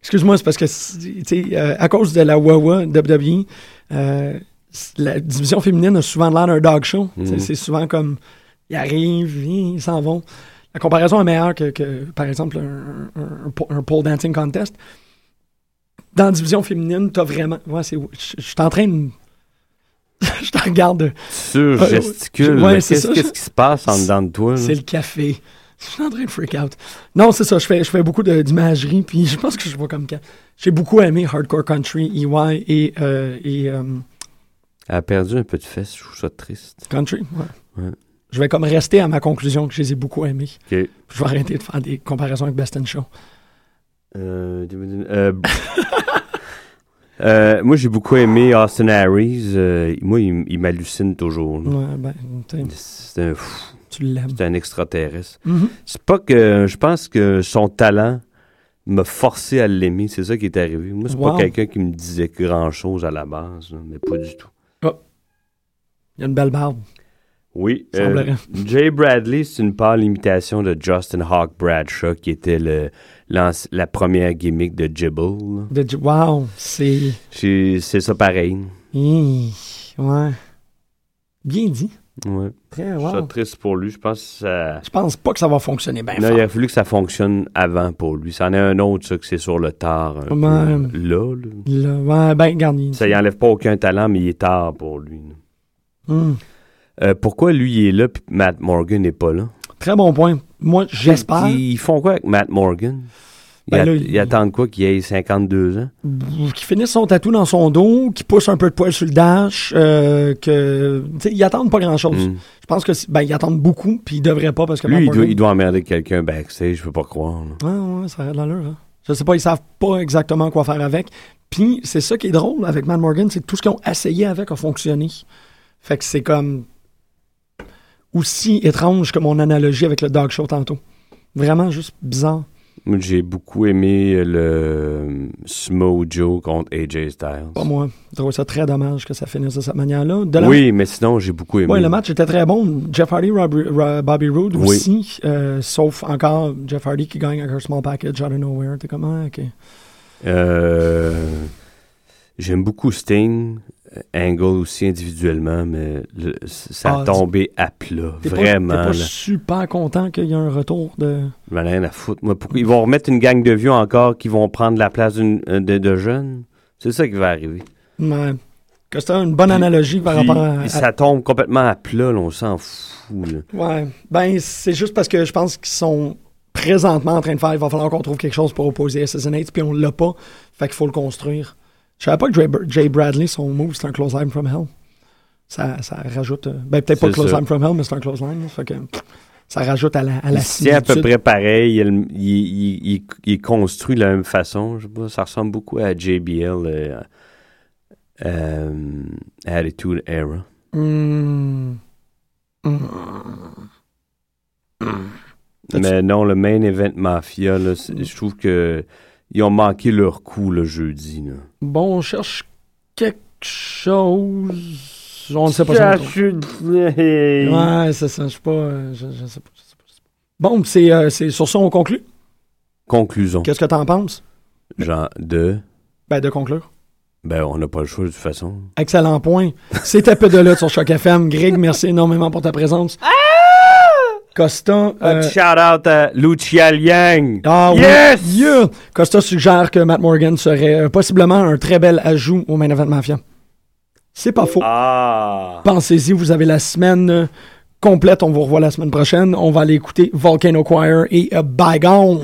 Speaker 3: Excuse-moi, c'est parce que, tu sais, euh, à cause de la E, Wawa WWE, euh, c- la division féminine a souvent l'air d'un dog show. Tu sais, C'est souvent comme, ils arrivent, ils s'en vont. La comparaison est meilleure que, que, par exemple, un, un- un po- un pole dancing contest. Dans la division féminine, t'as vraiment... Ouais, c'est... Je je suis en train de... [LAUGHS] Je te regarde...
Speaker 5: Sur
Speaker 3: Ah,
Speaker 5: gesticule.
Speaker 3: ouais,
Speaker 5: mais
Speaker 3: c'est
Speaker 5: Qu'est-ce
Speaker 3: ça.
Speaker 5: qu'est-ce qui se passe en dedans de toi? là?
Speaker 3: C'est le café. [LAUGHS] Je suis en train de freak out. Non, c'est ça. Je fais, je fais beaucoup de- d'imagerie, puis je pense que je vois comme quand. J'ai beaucoup aimé Hardcore Country, EY et, euh, et euh,
Speaker 5: Elle a perdu un peu de fesses, je trouve ça triste.
Speaker 3: Country. ouais.
Speaker 5: Ouais.
Speaker 3: Je vais comme rester à ma conclusion que je les ai beaucoup aimés.
Speaker 5: OK.
Speaker 3: Je vais arrêter de faire des comparaisons avec Best in Show.
Speaker 5: Euh, euh, [LAUGHS] euh, moi, j'ai beaucoup aimé Austin Harris. euh, moi, il, il m'hallucine toujours. là.
Speaker 3: Ouais, ben, tu sais,
Speaker 5: C'est un, fou,
Speaker 3: tu l'aimes.
Speaker 5: c'est un extraterrestre.
Speaker 3: Mhm.
Speaker 5: C'est pas que je pense que son talent m'a forcé à l'aimer. C'est ça qui est arrivé. Moi, c'est
Speaker 3: Wow.
Speaker 5: pas quelqu'un qui me disait grand chose à la base, là, mais pas du tout.
Speaker 3: Il y a une belle barbe.
Speaker 5: Oui. euh,
Speaker 3: Semblerait.
Speaker 5: [LAUGHS] Jay Bradley, c'est une pâle imitation de Justin Hawk Bradshaw, qui était le, l'anci- la première gimmick de Jibble. là.
Speaker 3: De- Wow, c'est.
Speaker 5: C'est c'est ça pareil.
Speaker 3: Hi, Ouais. Bien dit.
Speaker 5: Ouais.
Speaker 3: Très
Speaker 5: Je suis
Speaker 3: wow.
Speaker 5: triste pour lui. Je pense que ça.
Speaker 3: Je pense pas que ça va fonctionner bien.
Speaker 5: Non,
Speaker 3: fort.
Speaker 5: il a fallu que ça fonctionne avant pour lui. C'en est un autre, ça, que c'est sur le tard. un peu,
Speaker 3: Ouais.
Speaker 5: là, là.
Speaker 3: Là, ouais, ben, garde. il-
Speaker 5: Ça y enlève pas aucun talent, mais il est tard pour lui. là.
Speaker 3: Hum.
Speaker 5: Euh, pourquoi lui il est là puis Matt Morgan n'est pas là?
Speaker 3: Très bon point. Moi,
Speaker 5: Ben,
Speaker 3: j'espère.
Speaker 5: Ils, ils font quoi avec Matt Morgan? Ils,
Speaker 3: Ben
Speaker 5: at-
Speaker 3: là, il-
Speaker 5: ils attendent quoi qu'il ait 52 ans?
Speaker 3: qui finisse son tatou dans son dos, qui pousse un peu de poil sur le dash, euh, que tu sais, ils attendent pas grand chose.
Speaker 5: Mm.
Speaker 3: Je pense que c'est- ben ils attendent beaucoup, puis ils devraient pas parce que
Speaker 5: Lui, il
Speaker 3: Matt
Speaker 5: doit,
Speaker 3: Morgan-
Speaker 5: il doit emmerder quelqu'un backstage, je peux pas croire. là.
Speaker 3: Ouais, ouais, ça a de l'allure. hein. Je sais pas, ils savent pas exactement quoi faire avec. Puis c'est ça qui est drôle avec Matt Morgan, c'est que tout ce qu'ils ont essayé avec a fonctionné. Fait que c'est comme aussi étrange que mon analogie avec le dog show tantôt. Vraiment juste bizarre.
Speaker 5: Moi, J'ai beaucoup aimé euh, le euh, Smojo contre AJ Styles.
Speaker 3: Pas moi. Je trouve ça très dommage que ça finisse de cette manière-là. De la-
Speaker 5: Oui, mais sinon, j'ai beaucoup aimé.
Speaker 3: Oui, le match était très bon. Jeff Hardy, Rob- Ro- Bobby Roode
Speaker 5: Oui.
Speaker 3: aussi. euh, sauf encore Jeff Hardy qui gagne avec un small package out of nowhere. T'es comme, ah, ok.
Speaker 5: Euh, J'aime beaucoup Sting, euh, Angle aussi individuellement, mais le- ça a
Speaker 3: Ah,
Speaker 5: tombé à plat.
Speaker 3: T'es pas-
Speaker 5: Vraiment.
Speaker 3: T'es pas
Speaker 5: là.
Speaker 3: super content qu'il y ait un retour de.
Speaker 5: Je m'en ai rien à foutre, moi. Pourquoi- Ils vont remettre une gang de vieux encore qui vont prendre la place d'une- euh, de, de jeunes. C'est ça qui va arriver.
Speaker 3: Ouais. que c'était une bonne
Speaker 5: Puis-
Speaker 3: analogie par
Speaker 5: Puis,
Speaker 3: rapport à. à-
Speaker 5: Ça tombe complètement à plat, là, on s'en fout. là.
Speaker 3: Ouais. Ben, c'est juste parce que je pense qu'ils sont présentement en train de faire. Il va falloir qu'on trouve quelque chose pour opposer Assassinates, puis on l'a pas. Fait qu'il faut le construire. Je savais pas que Jay, Br- Jay Bradley, son move, c'est un close line from hell. Ça, ça rajoute. euh, Ben, peut-être pas
Speaker 5: C'est
Speaker 3: close
Speaker 5: ça.
Speaker 3: line from hell, mais c'est un close line. là. Fait que pff, ça rajoute à la, à la
Speaker 5: Il se tient à peu
Speaker 3: similitude.
Speaker 5: près pareil. Il, il- il- il- il est construit de la même façon. Je sais pas, ça ressemble beaucoup à JBL euh, euh, Attitude Era.
Speaker 3: Hmm. As-tu-
Speaker 5: Mais non, le main event Mafia, là, c'est- je trouve que ils ont manqué leur coup le jeudi. Là.
Speaker 3: Bon, on cherche quelque chose. On ne sait pas ça. mettons. Ouais, c'est ça. Je sais pas. euh, Je, je sais pas. je sais pas, je sais pas. Bon, c'est euh, c'est- sur ça, on conclut.
Speaker 5: Conclusion.
Speaker 3: Qu'est-ce que t'en penses?
Speaker 5: Genre de.
Speaker 3: Ben, de conclure.
Speaker 5: Ben, on n'a pas le choix de toute façon.
Speaker 3: Excellent point. C'était peu de lutte sur Choc FM. Greg, merci énormément pour ta présence. Costa. euh,
Speaker 5: Un petit shout-out à Lucia Liang.
Speaker 3: ah oui,
Speaker 5: yes!
Speaker 3: yeah! Costa suggère que Matt Morgan serait euh, possiblement un très bel ajout au Main Event Mafia. C'est pas faux.
Speaker 5: Ah!
Speaker 3: Pensez-y, vous avez la semaine euh, complète. On vous revoit la semaine prochaine. On va aller écouter Volcano Choir et euh, Bygone.